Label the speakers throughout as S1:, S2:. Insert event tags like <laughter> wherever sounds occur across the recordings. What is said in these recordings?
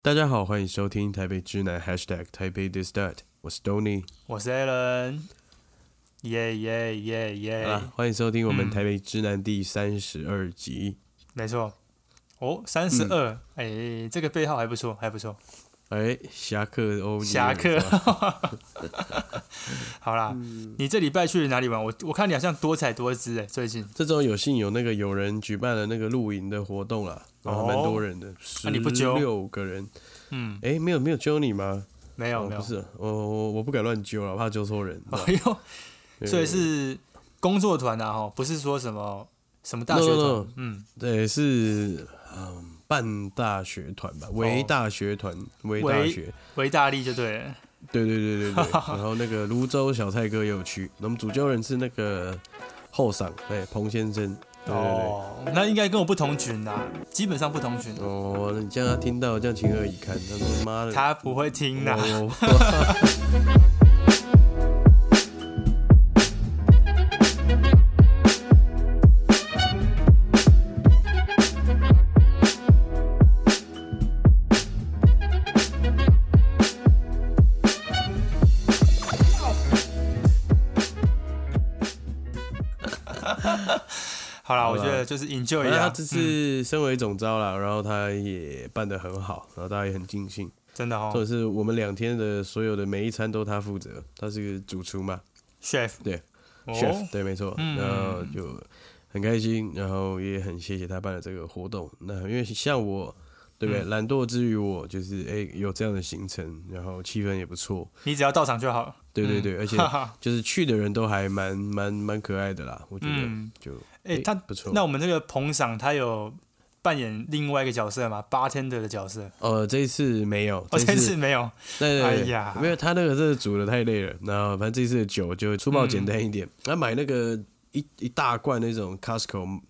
S1: 大家好，欢迎收听台北之南 #hashtag 台北 this that，我是 Tony
S2: 我是 Allen，耶耶耶耶，
S1: 啊，欢迎收听我们
S2: 嗯
S1: 台北之南第三十二集。
S2: 没错，哦，三十二，
S1: 嗯
S2: 哎，这个背号还不错，还不错，
S1: 哎，侠客啊欧尼尔，
S2: 侠客
S1: 是吧，
S2: 好啦，
S1: 嗯
S2: 你这礼拜去哪里玩？我我看你好像多彩多姿哎，最近，
S1: 这周有幸有那个有人举办了那个露营的活动啦，然后
S2: 哦
S1: 蛮多人的，十
S2: 那你不揪
S1: 六个人。
S2: 嗯，
S1: 哎，没有没有揪你吗？
S2: 没有
S1: 哦
S2: 没有
S1: 不，是，我我我不敢乱揪了，怕揪错人。
S2: <laughs> 哎呦，
S1: 对
S2: 所以是工作团啊，哈，不是说什么什么大
S1: No,
S2: 学
S1: no,
S2: 团
S1: no，
S2: 嗯，
S1: 对，是嗯半大学团
S2: 哦
S1: 吧，为大学团，为大
S2: 为
S1: 学，
S2: 维大利就对了，
S1: 对对对对对。然后那个泸州小蔡哥也有去，那我们主教人是那个后晌，对，彭先生，对对对。
S2: 哦，那应该跟我不同群啦，基本上不同群，
S1: 哦，那你这样他听到，这样情何以堪？他说妈的，
S2: 他不会听啊啦。
S1: 哦
S2: <laughs> 好啦，我觉
S1: 好啦
S2: 得就是 enjoy
S1: 反
S2: 一
S1: 正他
S2: 下，
S1: 这
S2: 嗯
S1: 次身为总招啦，然后他也办得很好，然后大家也很尽兴。
S2: 真的哦
S1: 或者是我们两天的所有的每一餐都他负责，他是个主厨嘛、
S2: ，chef
S1: 对
S2: 哦
S1: c h e f 对，没错，
S2: 嗯
S1: 然后就很开心，然后也很谢谢他办的这个活动。那因为像我，对不
S2: 嗯
S1: 对？懒惰之余，我就是哎、有这样的行程，然后气氛也不错，
S2: 你只要到场就好。嗯
S1: 对对
S2: <laughs>
S1: 对，而且
S2: 哈哈，
S1: 就是去的人都还蛮蛮蛮可爱的啦，我觉得
S2: 嗯，
S1: 就
S2: 哎、
S1: 哎
S2: 他
S1: 不错。
S2: 那我们这个捧赏他有扮演另外一个角色吗？bartender 的角色？
S1: 呃这一次没有，
S2: 哦，
S1: 这
S2: 这
S1: 一次
S2: 次没有。
S1: 对对
S2: 哎
S1: 对，
S2: 呀
S1: 没有他那个真的煮的太累了，然后反正这次的酒就粗暴简单一
S2: 嗯
S1: 点，他、买那个一一大罐那种 Costco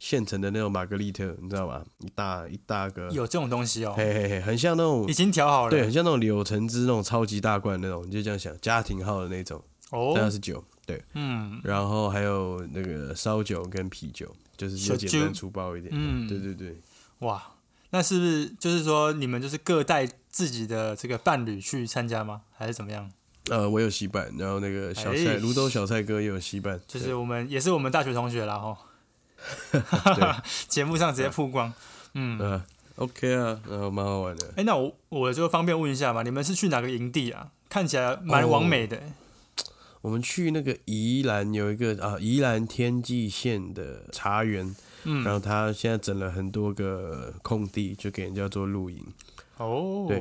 S1: 现成的那种玛格丽特，你知道吧？一大一大个，
S2: 有这种东西哦，
S1: 呃嘿嘿嘿，很像那种
S2: 已经调好了。
S1: 对，很像那种柳橙汁那种超级大罐那种，你就这样想，家庭号的那种，但它
S2: 哦，
S1: 是酒，对，
S2: 嗯
S1: 然后还有那个烧酒跟啤酒，就是
S2: 小
S1: 又简单
S2: 酒
S1: 粗暴一点，
S2: 嗯，
S1: 对对对，
S2: 哇，那是不是就是说你们就是各带自己的这个伴侣去参加吗？还是怎么样？
S1: 呃，我有西半，然后那个小
S2: 哎
S1: 蔡泸州小蔡哥也有西半，
S2: 就
S1: 对
S2: 是我们也是我们大学同学
S1: <laughs>
S2: 啦，哦哈。节目上直接曝光。嗯，
S1: 嗯，OK 啊，呃，蛮好玩的。
S2: 哎、那我我就方便问一下嘛，你们是去哪个营地啊？看起来
S1: 哦
S2: 蛮完美的、
S1: 我们去那个宜兰有一个啊，宜兰天际县的茶园，
S2: 嗯
S1: 然后他现在整了很多个空地，就给人家做露营。
S2: 哦，
S1: 对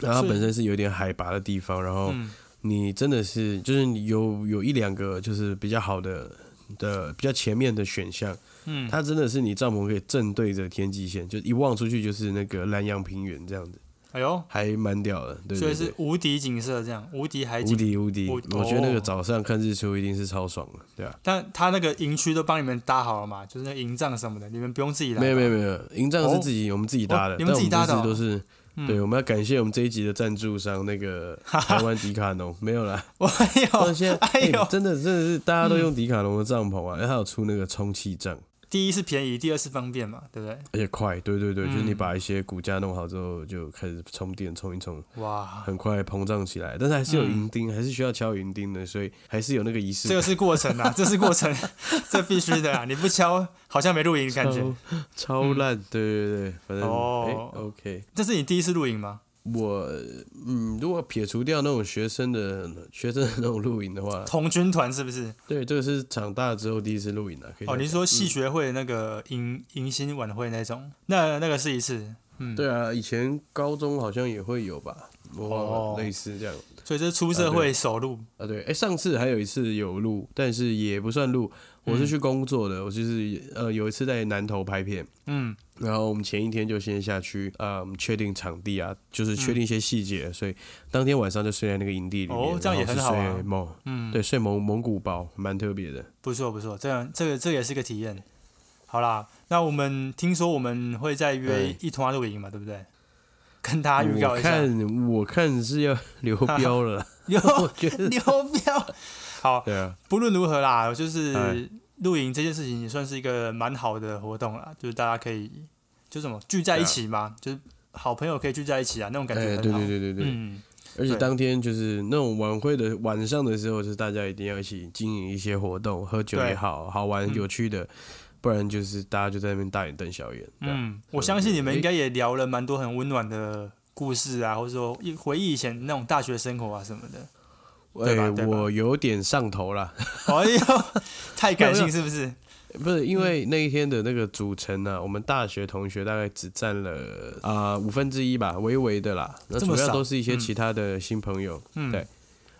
S1: 然后它
S2: 所以
S1: 本身是有点海拔的地方，然后
S2: 嗯
S1: 你真的是就是你有有一两个就是比较好的的比较前面的选项，
S2: 嗯，
S1: 它真的是你帐篷可以正对着天际线，就一望出去就是那个南洋平原这样子，
S2: 哎呦，
S1: 还蛮屌的。对
S2: 所以
S1: 对对
S2: 是哎无敌景色这样，无敌海
S1: 无
S2: 景。
S1: 敌无敌，
S2: 无
S1: 我觉得那个
S2: 哦
S1: 早上看日出一定是超爽的，对啊吧、
S2: 但他那个营区都帮你们搭好了嘛，就是那营帐什么的，你们不用自己来。
S1: 没有没有，没有，营帐是自己、我们自己搭的，
S2: 哦你们自己搭的
S1: 但
S2: 哦
S1: 我们这次都是、
S2: 嗯
S1: 对，我们要感谢我们这一集的赞助商那个台湾迪卡侬，没有啦，
S2: 我
S1: 到
S2: 有。
S1: 现在、
S2: 哎呦
S1: 欸真的真的是大家都用迪卡侬的帐篷啊，然后它有出那个充气帐，
S2: 第一是便宜，第二是方便嘛，对不对？
S1: 而且快，对对对，就是你
S2: 嗯
S1: 把一些骨架弄好之后就开始充电充一充，
S2: 哇，
S1: 很快膨胀起来，但是还是有银钉，还是需要敲银钉的，所以还是有那个仪式
S2: 这个是过程
S1: <laughs>
S2: 啊，这是过程， <laughs> 这必须的啊！你不敲，好像没露营的
S1: <laughs>
S2: 感觉。
S1: 超超烂，对对对，反正哎、
S2: 哦
S1: OK。
S2: 这是你第一次露营吗？
S1: 我嗯，如果撇除掉那种学生的学生的那种露营的话， <laughs>
S2: 童军团是不是？
S1: 对，这个是长大之后第一次露营啊，可以这样
S2: 哦，
S1: 讲。
S2: 你是说系学会那个迎迎新晚会那种，那那个是一次，嗯，，
S1: 对啊，以前高中好像也会有吧，我忘
S2: 哦
S1: 了类似这样
S2: 所以这是出社会首露，
S1: 啊。对，哎，上次还有一次有录，但是也不算录，
S2: 嗯
S1: 我是去工作的，我就是呃有一次在南投拍片，
S2: 嗯，
S1: 然后我们前一天就先下去，嗯，确定场地啊，就是确定一些细节，所以当天晚上就睡在那个营地里面，
S2: 嗯哦这样也
S1: 然后是
S2: 很好啊
S1: 睡蒙，
S2: 嗯
S1: 对，睡蒙蒙古包，蛮特别的。
S2: 不错不错，这样这个这个也是个体验。好啦，那我们听说我们会再约一团露营嘛，对不对？跟大家预告
S1: 嗯我
S2: 一下， <laughs>
S1: 看我看是要流标了啦，
S2: 有
S1: 我觉得
S2: 流标。好，
S1: <laughs> 对啊，
S2: 不论如何啦，就
S1: 哎
S2: 是露营这件事情也算是一个蛮好的活动啦，就是大家可以就什么聚在一起嘛，就是好朋友可以聚在一起啊，那种感觉
S1: 啊哎，
S2: 很好。
S1: 对对对对对，
S2: 嗯，
S1: 而且
S2: 对
S1: 当天就是那种晚会的晚上的时候，就是大家一定要一起经营一些活动，喝酒
S2: 对
S1: 也好，好玩
S2: 嗯
S1: 有趣的，不然就是大家就在那边大眼瞪小眼。对啊，
S2: 嗯，我相信你们应该也聊了蛮多很温暖的故事啊，或者说一回忆以前那种大学生活啊什么的。对吧
S1: 哎
S2: 对吧啊
S1: 我有点上头
S2: <laughs>
S1: 啦，
S2: 哎呦，太感性是不是？
S1: 不是因
S2: 嗯
S1: 为那一天的那个组成呢、我们大学同学大概只占了啊五分之一吧，微微的啦。那
S2: 这
S1: 主
S2: 么
S1: 要
S2: 少
S1: 都是一些
S2: 嗯
S1: 其他的新朋友，
S2: 嗯，
S1: 对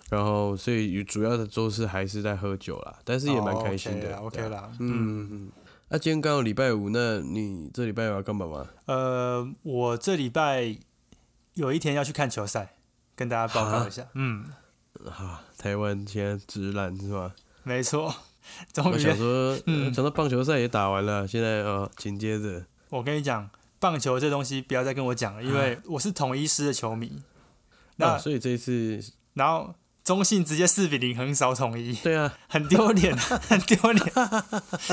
S1: 然后所以主要的都是还是在喝酒啦，但是也蛮开心的。
S2: 哦，OK 啦，OK
S1: 对啊
S2: 啦，嗯。
S1: 嗯嗯嗯。那、今天刚好礼拜五，那你这礼拜有要干嘛吗？
S2: 呃，我这礼拜有一天要去看球赛，跟大家报告
S1: <laughs>
S2: 一下。嗯，
S1: 啊，台湾现在直男是吧？
S2: 没错，终
S1: 我
S2: 于
S1: 想，说，
S2: 嗯
S1: 呃想到棒球赛也打完了，现在呃，紧接着
S2: 我跟你讲，棒球这东西不要再跟我讲了，因
S1: 哎
S2: 为我是统一师的球迷。那、
S1: 啊，所以这一次
S2: 然后中信直接四比零横扫统一，
S1: 对啊，
S2: 很丢脸， <laughs> 很丢脸。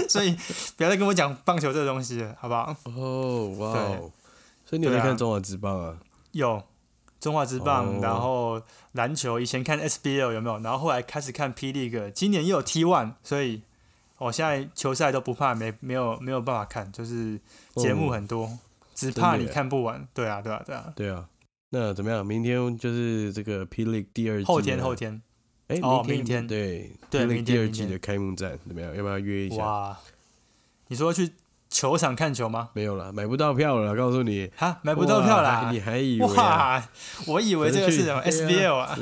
S2: 所以不要再跟我讲棒球这东西了，好不好？
S1: 哦哇
S2: 对
S1: 哦，所以你有没
S2: 对啊
S1: 有看中华职棒啊？
S2: 有中华职棒，
S1: 哦
S2: 然后篮球，以前看 SBL 有没有？然后后来开始看 P League，今年又有 T One，所以我现在球赛都不怕没没有没有办法看，就是节目
S1: 哦
S2: 很多，只
S1: 真
S2: 怕
S1: 的
S2: 你
S1: 耶
S2: 看不完。对啊，对啊，对啊。
S1: 对啊，那怎么样？明天就是这个 P League 第二季，
S2: 后天后，天，
S1: 哎，
S2: 哦
S1: 明
S2: 明天
S1: 对
S2: 对
S1: P
S2: 明
S1: League
S2: 天
S1: 第二
S2: 明
S1: 季
S2: 天
S1: 的开幕战怎么样？要不要约一下？
S2: 哇！你说去球场看球吗？
S1: 没有了，买不到票了，告诉你，
S2: 哈，买不到票
S1: 哇
S2: 啦
S1: 你！还以为啊？
S2: 哇，我以为这个是什么
S1: 可能去
S2: SBL 啊？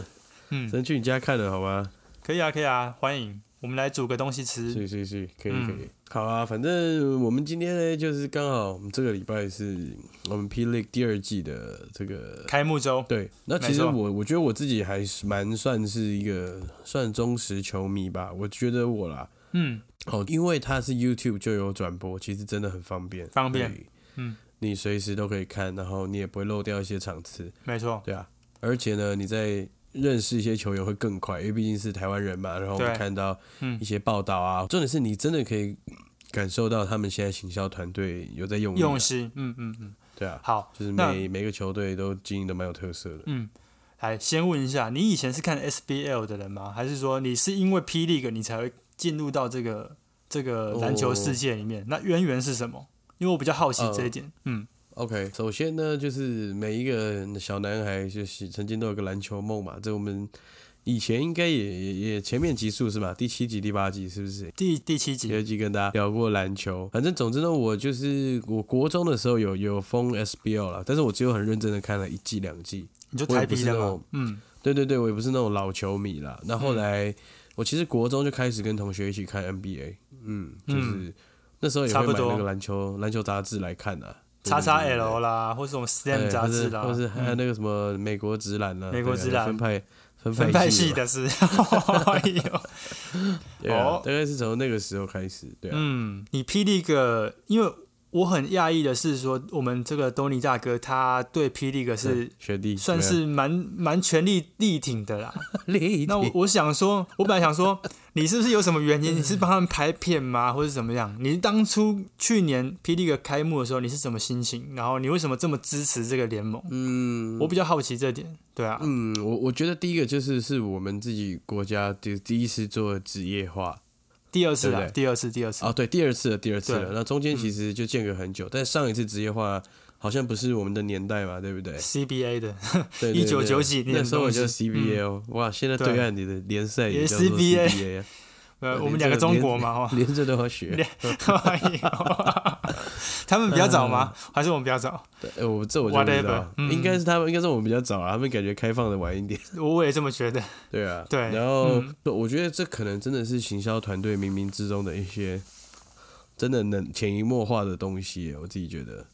S2: 嗯，
S1: 真去你家看了好吗？
S2: 可以啊，可以啊，欢迎，我们来煮个东西吃。
S1: 是是是，可以
S2: 嗯
S1: 可以。好啊，反正我们今天呢，就是刚好我们这个礼拜是我们 P League 第二季的这个。
S2: 开幕周，
S1: 对，那其实
S2: 没错
S1: 我我觉得我自己还是蛮算是一个算忠实球迷吧，我觉得我啦，
S2: 嗯，
S1: 哦，因为它是 YouTube 就有转播，其实真的很方便，
S2: 方便
S1: 对，
S2: 嗯，
S1: 你随时都可以看，然后你也不会漏掉一些场次，
S2: 没错。
S1: 对啊，而且呢，你在认识一些球员会更快，因为毕竟是台湾人嘛。然后我们
S2: 对
S1: 看到
S2: 嗯
S1: 一些报道啊，重点是你真的可以感受到他们现在行销团队有在用力啊
S2: 用心，嗯嗯嗯，
S1: 对啊，
S2: 好，
S1: 就是
S2: 那
S1: 每每个球队都经营的蛮有特色的。
S2: 嗯，来先问一下，你以前是看 SBL 的人吗？还是说你是因为 P League 你才会进入到这个这
S1: 哦
S2: 个篮球世界里面？那渊源是什么？因为我比较好奇这一
S1: 哦
S2: 点，嗯
S1: OK，首先呢，就是每一个小男孩就是曾经都有个篮球梦嘛，这我们以前应该也也也前面集数是吧？第七集、第八集是不是？
S2: 第第七集
S1: 第，二季跟大家聊过篮球，反正总之呢，我就是我国中的时候有有封 SBL 了，但是我只有很认真的看了一季两季。
S2: 你就
S1: 我
S2: 台
S1: 也不
S2: 皮
S1: 是
S2: 的
S1: 那
S2: 嘛
S1: 种，
S2: 嗯，
S1: 对对对，我也不是那种老球迷啦。那后来、我其实国中就开始跟同学一起看 NBA，嗯，就是、那时候也
S2: 差
S1: 会
S2: 不
S1: 买那
S2: 多
S1: 个篮球篮球杂志来看啊。
S2: 叉叉
S1: 对对对对
S2: L 啦，或是这种
S1: 哎
S2: STEM 杂志啦，
S1: 或是或是还有
S2: 嗯
S1: 那个什么美国直男呢、啊，
S2: 美国
S1: 对啊
S2: 职篮
S1: 分派分
S2: 分派系
S1: 嘛，
S2: 的是， <laughs> 哎呦。
S1: 对啊
S2: 哦
S1: 大概是从那个时候开始，对啊，
S2: 嗯，你霹雳个，因为我很讶异的是说，我们这个东尼大哥他对霹雳个是
S1: 啊学弟，
S2: 算是蛮蛮全力力挺的
S1: <laughs>
S2: 啦。
S1: 立
S2: 那我我想说，我本来想说，你是不是有什么原
S1: 嗯
S2: 因？你是帮他们拍片吗，或者怎么样？你当初去年霹雳个开幕的时候，你是什么心情？然后你为什么这么支持这个联盟？
S1: 嗯，
S2: 我比较好奇这点。对啊，
S1: 嗯，我我觉得第一个就是是我们自己国家第第一次做职业化
S2: 第二次啦，
S1: 对不对
S2: 第二次，第二次。
S1: 啊，对，第二次了，第二次了。
S2: 对嗯
S1: 那中间其实就间隔很久，但上一次职业化好像不是我们的年代嘛，对不对？
S2: CBA
S1: <laughs>
S2: 的
S1: 对对对
S2: 1990年的
S1: 那时候我就
S2: 东西嗯
S1: CBA 哦，哇，现在
S2: 对
S1: 对岸你的联赛
S2: 也
S1: 也叫做
S2: CBA
S1: CBA，啊
S2: 呃，
S1: 对
S2: 我们两个
S1: 这个连
S2: 中国嘛，哦，
S1: 连这都要学。
S2: <laughs> 哎呦他们比较早吗？
S1: 嗯
S2: 还是我们比较早？
S1: 对呃我这我就不知
S2: Whatever，
S1: 道，
S2: 嗯
S1: 应该是他们，应该是我们比较早啊，他们感觉开放的晚一点。
S2: 我也这么觉得。
S1: 对啊，
S2: 对
S1: 然后、
S2: 嗯
S1: 我觉得这可能真的是行销团队冥冥之中的一些真的能潜移默化的东西耶，我自己觉得。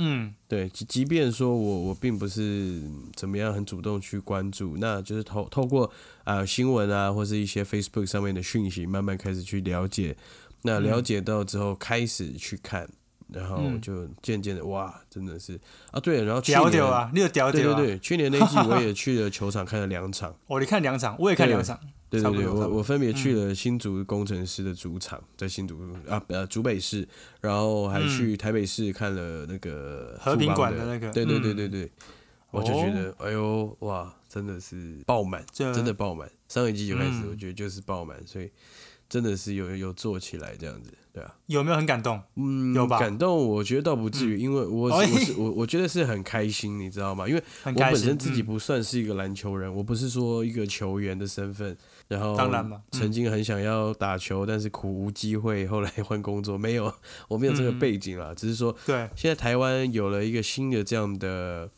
S2: 嗯，
S1: 对，即即便说我我并不是怎么样很主动去关注，那就是透透过啊、呃新闻啊，或是一些 Facebook 上面的讯息，慢慢开始去了解。那了解到之后，开始去看，然后
S2: 嗯
S1: 就渐渐的哇，真的是啊，对，然后去
S2: 屌
S1: 年
S2: 屌啊，你有屌哦
S1: 对
S2: 屌
S1: 对
S2: 啊！
S1: 对，去年那一季我也去了球场看了两场，
S2: 我你看两场，我也看两场。
S1: 对
S2: 差
S1: 对
S2: 不
S1: 对，我
S2: 多差不多嗯
S1: 我分别去了新竹工程师的主场，在新竹啊呃竹北市，然后还去台北市看了那个
S2: 嗯和平
S1: 富邦
S2: 馆
S1: 的
S2: 的那个
S1: 对对对
S2: 嗯哦
S1: 对对，我就觉得哎呦哇，真的是爆满，
S2: 这
S1: 真的爆满。上一季就开始，
S2: 嗯
S1: 我觉得就是爆满，所以真的是有有做起来这样子，对啊。
S2: 有没有很感动？
S1: 嗯，
S2: 有吧
S1: 感动，我觉得倒不至于，因为我
S2: 哎
S1: 我是我我觉得是很开心，你知道吗？因为
S2: 很
S1: 我
S2: 开
S1: 本
S2: 心。
S1: 身自己
S2: 嗯
S1: 不算是一个篮球人，我不是说一个球员的身份，然后
S2: 当然嘛嗯
S1: 曾经很想要打球，但是苦无机会，后来 <laughs> 换工作，没有，我没有这个
S2: 嗯
S1: 背景啦，只是说
S2: 对，
S1: 现在台湾有了一个新的这样的，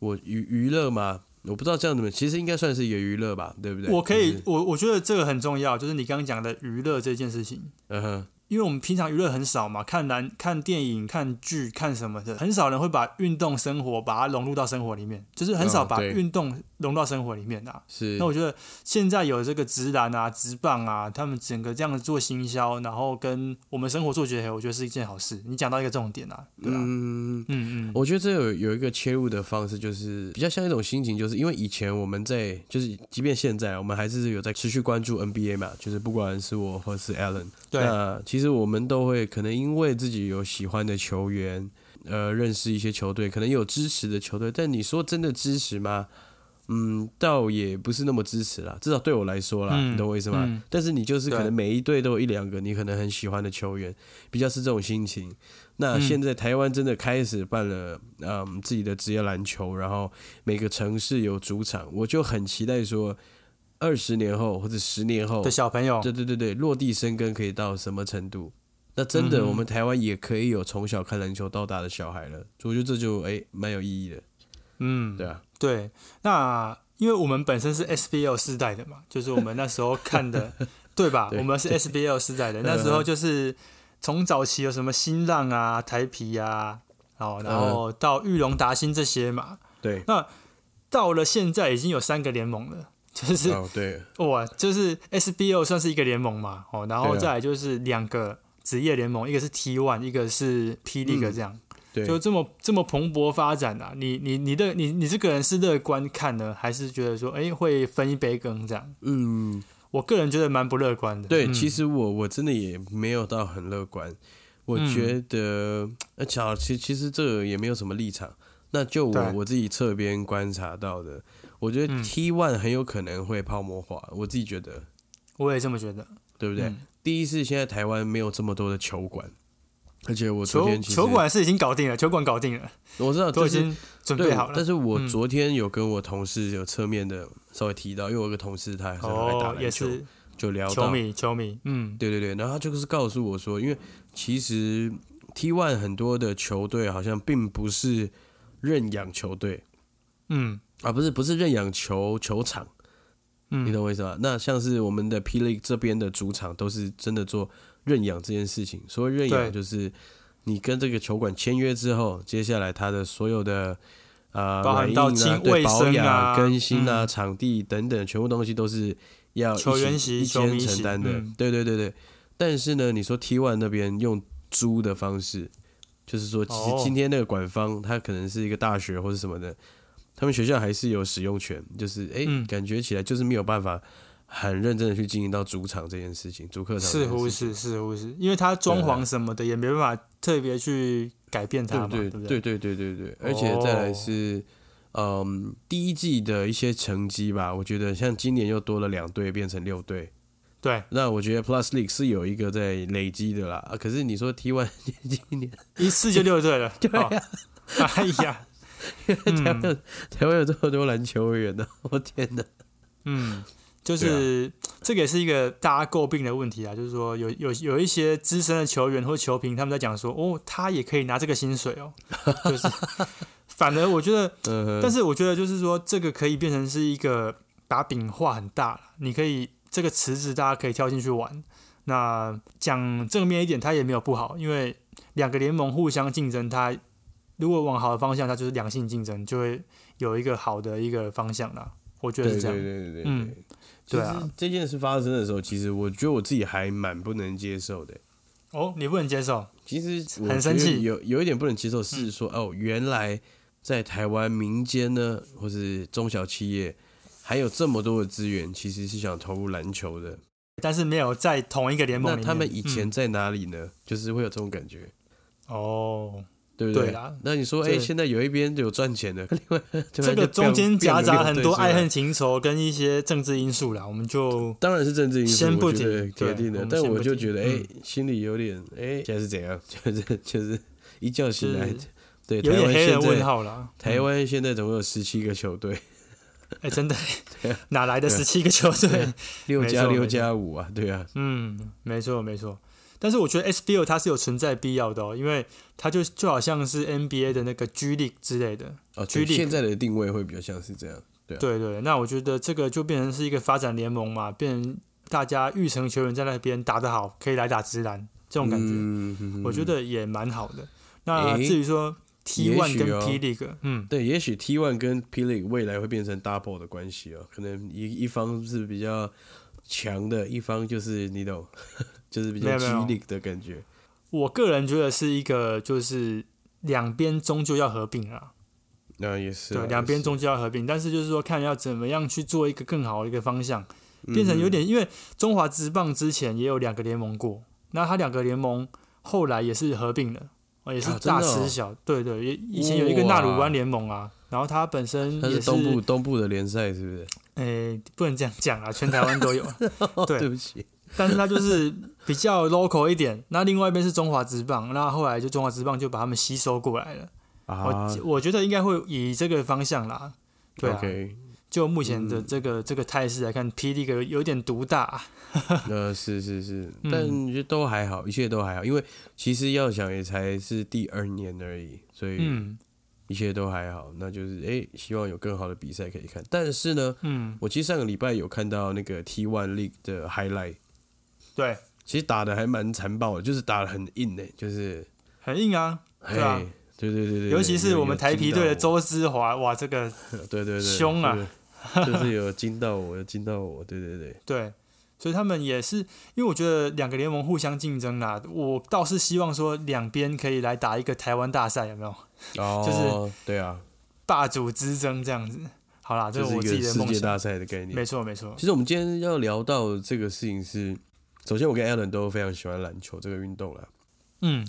S1: 我娱娱乐嘛，我不知道这样怎么，其实应该算是一个娱乐吧，对不对？
S2: 我可
S1: 就
S2: 以
S1: 是，
S2: 我我觉得这个很重要，就是你刚刚讲的娱乐这件事情，
S1: 嗯哼，
S2: 因为我们平常娱乐很少嘛，看篮、看电影、看剧、看什么的，很少人会把运动生活把它融入到生活里面，就是很少
S1: 嗯
S2: 把
S1: 对
S2: 运动融到生活里面啊。
S1: 是
S2: 那我觉得现在有这个直男啊、直棒啊，他们整个这样子做行销，然后跟我们生活做结合，我觉得是一件好事。你讲到一个重点啊，对啊，嗯
S1: 嗯。
S2: 嗯，
S1: 我觉得这有有一个切入的方式，就是比较像一种心情，就是因为以前我们在，就是即便现在，我们还是有在持续关注 NBA 嘛，就是不管是我或是 Allen，
S2: 对
S1: 那其实我们都会可能因为自己有喜欢的球员，呃，认识一些球队，可能有支持的球队，但你说真的支持吗？嗯，倒也不是那么支持啦，至少对我来说啦，
S2: 嗯
S1: 你懂我意思吗？
S2: 嗯
S1: 但是你就是可
S2: 对
S1: 能每一队都有一两个你可能很喜欢的球员，比较是这种心情。那
S2: 嗯
S1: 现在台湾真的开始办了，嗯，自己的职业篮球，然后每个城市有主场，我就很期待说，二十年后或者十年后
S2: 的，小朋友，
S1: 对对对对，落地生根可以到什么程度？那真的，
S2: 嗯
S1: 我们台湾也可以有从小看篮球到大的小孩了，所以我觉得这就哎蛮有意义的，
S2: 嗯，
S1: 对啊，
S2: 对，那因为我们本身是 SBL 世代的嘛，就是我们那时候
S1: <laughs>
S2: 看的，对吧？
S1: 对嗯
S2: 我们是 SBL 世代的，那时候就是从早期有什么新浪啊、台皮啊，哦，然
S1: 嗯
S2: 后到玉龙达新这些嘛，
S1: 对，
S2: 到了现在已经有三个联盟了。就是
S1: 哦对，
S2: 哇，就是 SBO 算是一个联盟嘛，哦，然后
S1: 对啊
S2: 再来就是两个职业联盟，一个是 T One，一个是 P League，这样、
S1: 对，
S2: 就这么这么蓬勃发展啊！你你你的你你这个人是乐观看呢，还是觉得说哎会分一杯羹这样？
S1: 嗯，
S2: 我个人觉得蛮不乐观的。
S1: 对，
S2: 嗯
S1: 其实我我真的也没有到很乐观，我
S2: 嗯
S1: 觉得，呃、巧，其其实这个也没有什么立场。那就
S2: 对
S1: 我我自己侧边观察到的，我觉得
S2: 嗯
S1: T one 很有可能会泡沫化，我自己觉得，
S2: 我也这么觉得。
S1: 对不对？
S2: 嗯
S1: 第一是现在台湾没有这么多的球馆，而且我昨
S2: 球
S1: 天其实
S2: 球馆是已经搞定了，球馆搞定了，
S1: 我知道
S2: 都
S1: 这
S2: 已
S1: 是
S2: 经准
S1: 对
S2: 备好，了
S1: 但。是我
S2: 嗯
S1: 昨天有跟我同事有侧面的稍微提到，因为我有个同事他还是很爱打
S2: 哦，
S1: 篮
S2: 也
S1: 球，
S2: 是
S1: 就聊
S2: 球
S1: 到
S2: 迷，球迷，嗯，
S1: 对对对，然后他就是告诉我说，因为其实 T one 很多的球队好像并不是认养球队
S2: 嗯
S1: 啊，不是不是认养球球场，你
S2: 嗯，
S1: 懂我意思吗？那像是我们的 P League 这边的主场都是真的做认养这件事情，所谓认
S2: 对
S1: 养就是你跟这个球馆签约之后，接下来他的所有的。呃，
S2: 包含
S1: 软
S2: 到
S1: 硬
S2: 清
S1: 啊、对
S2: 卫
S1: 保
S2: 生
S1: 养
S2: 啊
S1: 更新啊、
S2: 嗯
S1: 场地等等，全部东西都是要一起
S2: 球员席
S1: 一
S2: 球迷
S1: 肩
S2: 席
S1: 承担的
S2: 嗯。
S1: 对对对对，但是呢，你说 T one 那边用租的方式，就是说，其
S2: 哦
S1: 实今天那个管方他可能是一个大学或者什么的，他们学校还是有使用权，就是哎、
S2: 嗯
S1: 感觉起来就是没有办法很认真的去经营到主场这件事情，主客场这
S2: 似
S1: 件事
S2: 乎
S1: 情
S2: 是似乎是，因为它装潢什么的也没办法特别去改变它
S1: 对
S2: 嘛，
S1: 对
S2: 不哦
S1: 对对对对对，而且再来是，嗯，第一季的一些成绩吧，我觉得像今年又多了两队变成六队，
S2: 对，
S1: 那我觉得 Plus League 是有一个在累积的啦。啊可是你说 T One 今年
S2: 一次就六
S1: <laughs>
S2: 队了，对
S1: 啊
S2: 哎呀，嗯
S1: <laughs> 台湾有、台湾有这么多篮球员呢、 <laughs> 我天哪！
S2: 嗯，
S1: 啊
S2: 就是、这个也是一个大家诟病的问题啊，就是说有有有一些资深的球员或球评他们在讲说，哦，他也可以拿这个薪水
S1: <laughs>
S2: 哦，就是反而我觉得，
S1: 嗯哼，
S2: 但是我觉得就是说这个可以变成是一个把饼画很大了，你可以这个池子大家可以跳进去玩。那讲正面一点，它也没有不好，因为两个联盟互相竞争，它如果往好的方向，它就是良性竞争，就会有一个好的一个方向啦。我觉得
S1: 对
S2: 是
S1: 对
S2: 这样。
S1: 对对对对，
S2: 嗯
S1: 其
S2: 对啊
S1: 实这件事发生的时候，其实我觉得我自己还蛮不能接受的、
S2: 哦，你不能接受？
S1: 其实我
S2: 很生
S1: 觉得
S2: 气嗯
S1: 有有一点不能接受是说、哦，原来在台湾民间呢，或是中小企业，还有这么多的资源，其实是想投入篮球的。
S2: 但是没有在同一个联盟
S1: 那
S2: 里面。
S1: 他们以前
S2: 嗯
S1: 在哪里呢？就是会有这种感觉，
S2: 哦，
S1: 对不对？
S2: 对啦
S1: 那你说，哎、
S2: 这
S1: 现在有一边有赚钱的， <laughs> 另外突
S2: 这
S1: 啊然就
S2: 个中间夹杂很多
S1: 变变个六队
S2: 爱。
S1: 出来啊
S2: 恨情仇跟一些政治因素啦，我们就
S1: 当然是政治因素，
S2: 先不
S1: 我觉得
S2: 提
S1: 铁定
S2: 对
S1: 的
S2: 我。们
S1: 但
S2: 先
S1: 我
S2: 不
S1: 就
S2: 提
S1: 觉得，哎、
S2: 嗯
S1: 心里有点，哎、现在是怎样？ <laughs> 就是就是一觉醒来
S2: 是，
S1: 对，台
S2: 有点
S1: 湾
S2: 黑人
S1: 现
S2: 问
S1: 在
S2: 号
S1: <laughs>
S2: 啦。
S1: 台湾现在总共有十七个球队，
S2: 嗯，哎、真的，
S1: 啊
S2: 哪来的十七个球队？
S1: 六
S2: 没
S1: 加
S2: 错
S1: 六
S2: 没错
S1: 加五啊，对啊，
S2: 嗯，没错没错。但是我觉得 SBL 它是有存在必要的哦，因为它就就好像是 NBA 的那个 G League 之类的。
S1: 哦，对
S2: G-League
S1: 现在的定位会比较像是这样，
S2: 对对，那我觉得这个就变成是一个发展联盟嘛，变成大家育成球员在那边打得好，可以来打直男这
S1: 这
S2: 种感觉，
S1: 嗯
S2: 我觉得也蛮好的。那
S1: 诶
S2: 至于说 T
S1: 也
S2: One
S1: 许
S2: 跟
S1: 哦
S2: P League，嗯，
S1: 对，也许 T One 跟 P League 未来会变成 double 的关系哦，可能一一方是比较强的，一方就是你懂， <laughs> 就是比
S2: 没
S1: 较
S2: 有
S1: G
S2: 没有
S1: League 的感觉。
S2: 我个人觉得是一个就是两边终究要合并啦，
S1: 那也是啊
S2: 对，两边，终究要合并，但是就是说看要怎么样去做一个更好的一个方向，
S1: 嗯
S2: 变成有点，因为中华职棒之前也有两个联盟过，那它两个联盟后来也是合并了，哦，也是
S1: 啊真的
S2: 大
S1: 哦
S2: 吃小，对对，也以前有一个纳鲁
S1: 哇
S2: 湾联盟啊，然后它本身
S1: 它
S2: 也
S1: 是东部东部的联赛是不是？
S2: 诶、不能这样讲啊，全台湾都有，对
S1: 对不起，
S2: 但是它就是比较 local 一点。那另外一边是中华职棒，那后来就中华职棒就把他们吸收过来了。
S1: 啊
S2: 我我觉得应该会以这个方向啦。对啊，
S1: ，OK，嗯
S2: 就目前的这个、这个态势来看，P 雳个有点独大啊、
S1: 呃，是是
S2: <laughs>
S1: 是，
S2: 嗯
S1: 但就都还好，一切都还好，因为其实要想也才是第二年而已，所以
S2: 嗯
S1: 一切都还好。那就是诶，希望有更好的比赛可以看。但是呢，
S2: 嗯，
S1: 我其实上个礼拜有看到那个 T One League 的 highlight，
S2: 对，
S1: 其实打的还蛮残暴的，就是打的很硬诶、就是
S2: 很硬啊，对啊
S1: 嘿对对对对，
S2: 尤其是我们台
S1: 皮
S2: 皮队的，周之华，哇，这个
S1: 有 <laughs> 对对对，
S2: 凶啊
S1: 就是就是有惊到我，有惊到我，对对
S2: <laughs>
S1: 对。
S2: 对，所以他们也是，因为我觉得两个联盟互相竞争啦，我倒是希望说两边可以来打一个台湾大赛，有没有？
S1: 哦，就是对啊，
S2: 霸主之争这样子。好啦，这
S1: 这
S2: 是
S1: 是
S2: 我
S1: 一
S2: 自己
S1: 个
S2: 的
S1: 世
S2: 梦
S1: 界
S2: 想。
S1: 大赛的概念
S2: 没。错没错，
S1: 其实我们今天要聊到这个事情是，首先我跟 Alan 都非常喜欢篮球这个运动啦，
S2: 嗯，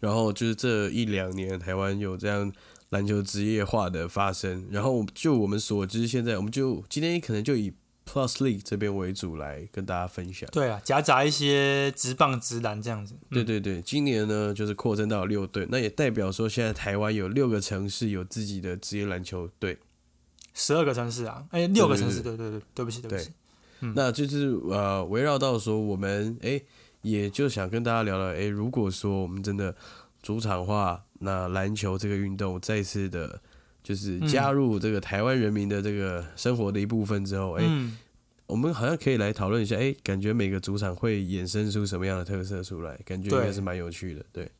S1: 然后就是这一两年台湾有这样篮球职业化的发生，然后就我们所知，现在我们就今天可能就以 Plus League 这边为主来跟大家分享。
S2: 对啊，夹杂一些直棒直男这样子。嗯
S1: 对对对，今年呢就是扩增到六队，那也代表说现在台湾有六个城市有自己的职业篮球队。
S2: 十二个城市啊，哎、六个城市，对对对，对不起对不起，嗯
S1: 那就是呃，围绕到说我们诶，也就想跟大家聊聊诶，如果说我们真的主场化，那篮球这个运动再次的，就是加入这个台湾人民的这个生活的一部分之后，诶，
S2: 嗯，
S1: 我们好像可以来讨论一下，诶，感觉每个主场会衍生出什么样的特色出来，感觉应该
S2: 对
S1: 是蛮有趣的，对，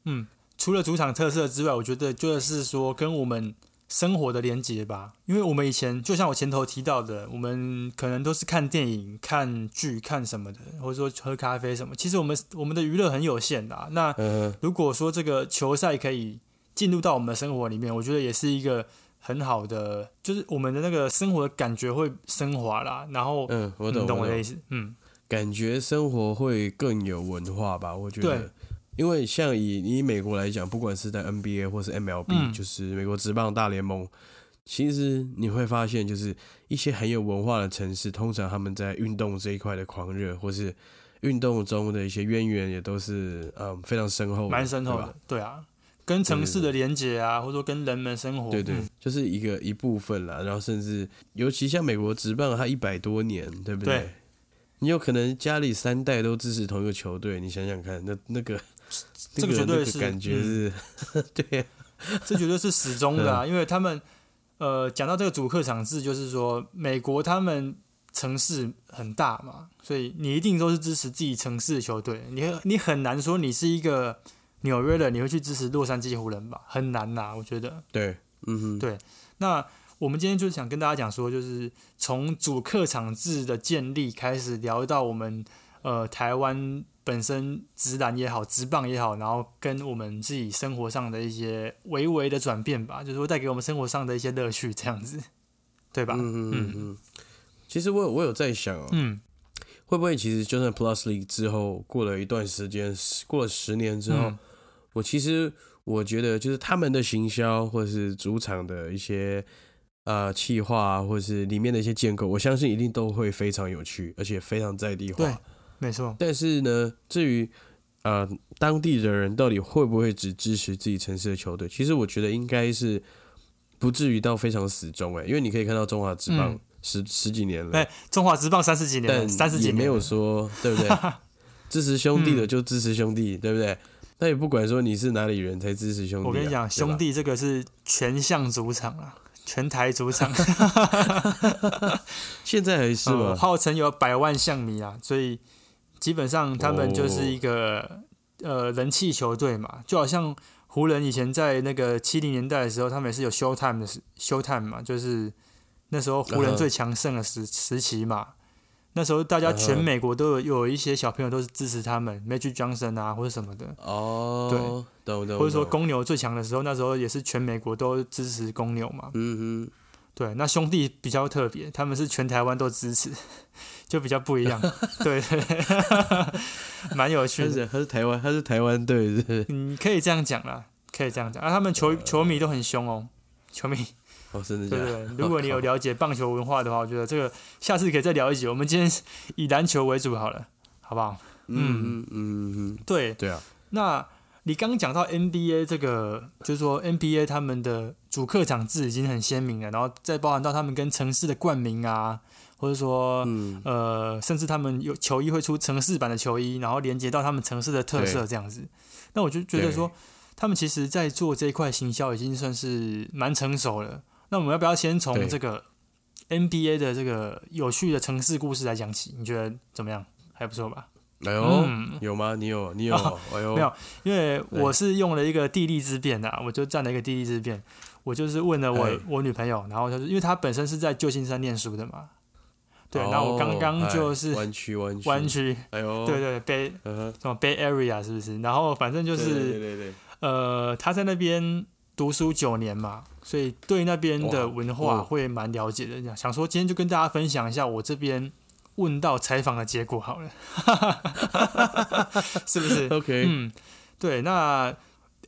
S2: 除了主场特色之外，我觉得就是说跟我们生活的连接吧，因为我们以前就像我前头提到的，我们可能都是看电影、看剧、看什么的，或者说喝咖啡什么，其实我们我们的娱乐很有限的、啊，那
S1: 嗯、
S2: 如果说这个球赛可以进入到我们的生活里面，我觉得也是一个很好的，就是我们的那个生活的感觉会升华啦。然后，
S1: 嗯，我
S2: 你
S1: 懂，
S2: 懂
S1: 我
S2: 我的
S1: 懂
S2: 意，思？嗯，
S1: 感觉生活会更有文化吧，我觉
S2: 对
S1: 得。因为像以以美国来讲，不管是在 NBA 或是 MLB，、
S2: 嗯
S1: 就是美国职棒大联盟，其实你会发现，就是一些很有文化的城市，通常他们在运动这一块的狂热，或是运动中的一些渊源，也都是嗯非常深厚的，
S2: 蛮深厚
S1: 对吧
S2: 的，对啊，跟城市的连接啊，或者说跟人们生活，
S1: 对对
S2: 嗯，
S1: 就是一个一部分啦。然后甚至，尤其像美国职棒，它一百多年，对不
S2: 对
S1: 你有可能家里三代都支持同一个球队，你想想看，那那个
S2: 这个绝对是嗯
S1: 那个感觉是，对啊，
S2: 这绝对是始终的啊，因为他们呃讲到这个主客场制，就是说美国他们城市很大嘛，所以你一定都是支持自己城市的球队，你你很难说你是一个纽约人，你会去支持洛杉矶湖人吧，很难呐、我觉得。
S1: 对，嗯哼，
S2: 对那我们今天就是想跟大家讲说，就是从主客场制的建立开始，聊到我们呃台湾本身直男也好，直棒也好，然后跟我们自己生活上的一些微微的转变吧，就是说带给我们生活上的一些乐趣，这样子，对吧？
S1: 嗯嗯嗯
S2: 嗯
S1: 嗯。其实我有我有在想哦，
S2: 嗯，
S1: 会不会其实就算 Plus League 之后过了一段时间，十过了十年之后，
S2: 嗯
S1: 我其实我觉得就是他们的行销或者是主场的一些呃企划啊，或者是里面的一些建构，我相信一定都会非常有趣，而且非常在地
S2: 对
S1: 化。
S2: 没错，
S1: 但是呢，至于呃当地的人到底会不会只支持自己城市的球队，其实我觉得应该是不至于到非常死忠哎、因为你可以看到中华职棒
S2: 嗯
S1: 十、十几年了，
S2: 哎、中华职棒三十几年了，
S1: 但
S2: 三十几
S1: 也
S2: 年
S1: 没有
S2: 了
S1: 说对不对？
S2: <laughs>
S1: 支持兄弟的就支持兄弟，对不对？那也不管说你是哪里人才支持兄弟啊、
S2: 嗯我跟你
S1: 对吧
S2: 讲，兄，弟这个是全项主场啦，全台主场，
S1: 现在还是
S2: 呃
S1: 吗？
S2: 号称有百万项迷啊，所以基本上他们就是一个、呃人气球队嘛，就好像湖人以前在那个七零年代的时候，他们也是有 show time 的时 show time 嘛，就是那时候湖
S1: 嗯
S2: 人
S1: 哼
S2: 最强盛的时、时期嘛。那时候大家
S1: 嗯
S2: 全
S1: 哼
S2: 美国都有有一些小朋友都是支持他们，Magic Johnson 啊或者什么的，
S1: 哦，对，懂懂，
S2: 或者说
S1: 懂，
S2: 公牛最强的时候，那时候也是全美国都支持公牛嘛。
S1: 嗯哼，
S2: 对，那兄弟比较特别，他们是全台湾都支持， <laughs> 就比较不
S1: <laughs>
S2: 一样。对， <laughs> 蛮有
S1: 他
S2: 趣的。
S1: 是他是台湾，他是台湾队，是不
S2: <laughs>
S1: 是？
S2: 嗯，可以这样讲啦，可以这样讲。啊，他们
S1: 呃
S2: 球球迷都很凶哦，球迷。
S1: 哦，真的假
S2: 对
S1: 的？
S2: 对对，如果你有
S1: 我靠
S2: 了解棒球文化的话，我觉得这个下次可以再聊一集。我们今天以篮球为主好了，好不好？
S1: 嗯嗯嗯嗯，
S2: 对，
S1: 对啊，
S2: 那你刚刚讲到 NBA 这个，就是说 NBA 他们的主客场制已经很鲜明了，然后再包含到他们跟城市的冠名啊，或者说、
S1: 嗯，
S2: 呃，甚至他们有球衣会出城市版的球衣，然后连接到他们城市的特色这样子。那我就觉得说，他们其实在做这一块行销已经算是蛮成熟了。那我们要不要先从
S1: 对
S2: 这个 NBA 的这个有趣的城市故事来讲起？你觉得怎么样？还不错吧？
S1: 哎呦，
S2: 嗯，哦
S1: 有吗？你有你有？哎呦，
S2: 没有因为
S1: 对
S2: 我是用了一个地利之便啊，我就占了一个地利之便，我就是问了
S1: 哎
S2: 我我女朋友，然后她说，因为她本身是在旧金山念书的嘛，对，然后我刚刚
S1: 哦
S2: 就
S1: 哎
S2: 是
S1: 湾区湾区
S2: 湾，区，
S1: 哎呦，
S2: 对对北
S1: 嗯哼，
S2: 什么 Bay Area 是不是？然后反正就
S1: 就是对对对，
S2: 呃，她在那边读书九年嘛，所以对那边的
S1: 哇
S2: 文化
S1: 哦
S2: 会蛮了解的。想说今天就跟大家分享一下我这边问到采访的结果好了，是不是？
S1: 对 OK，
S2: 嗯，对，那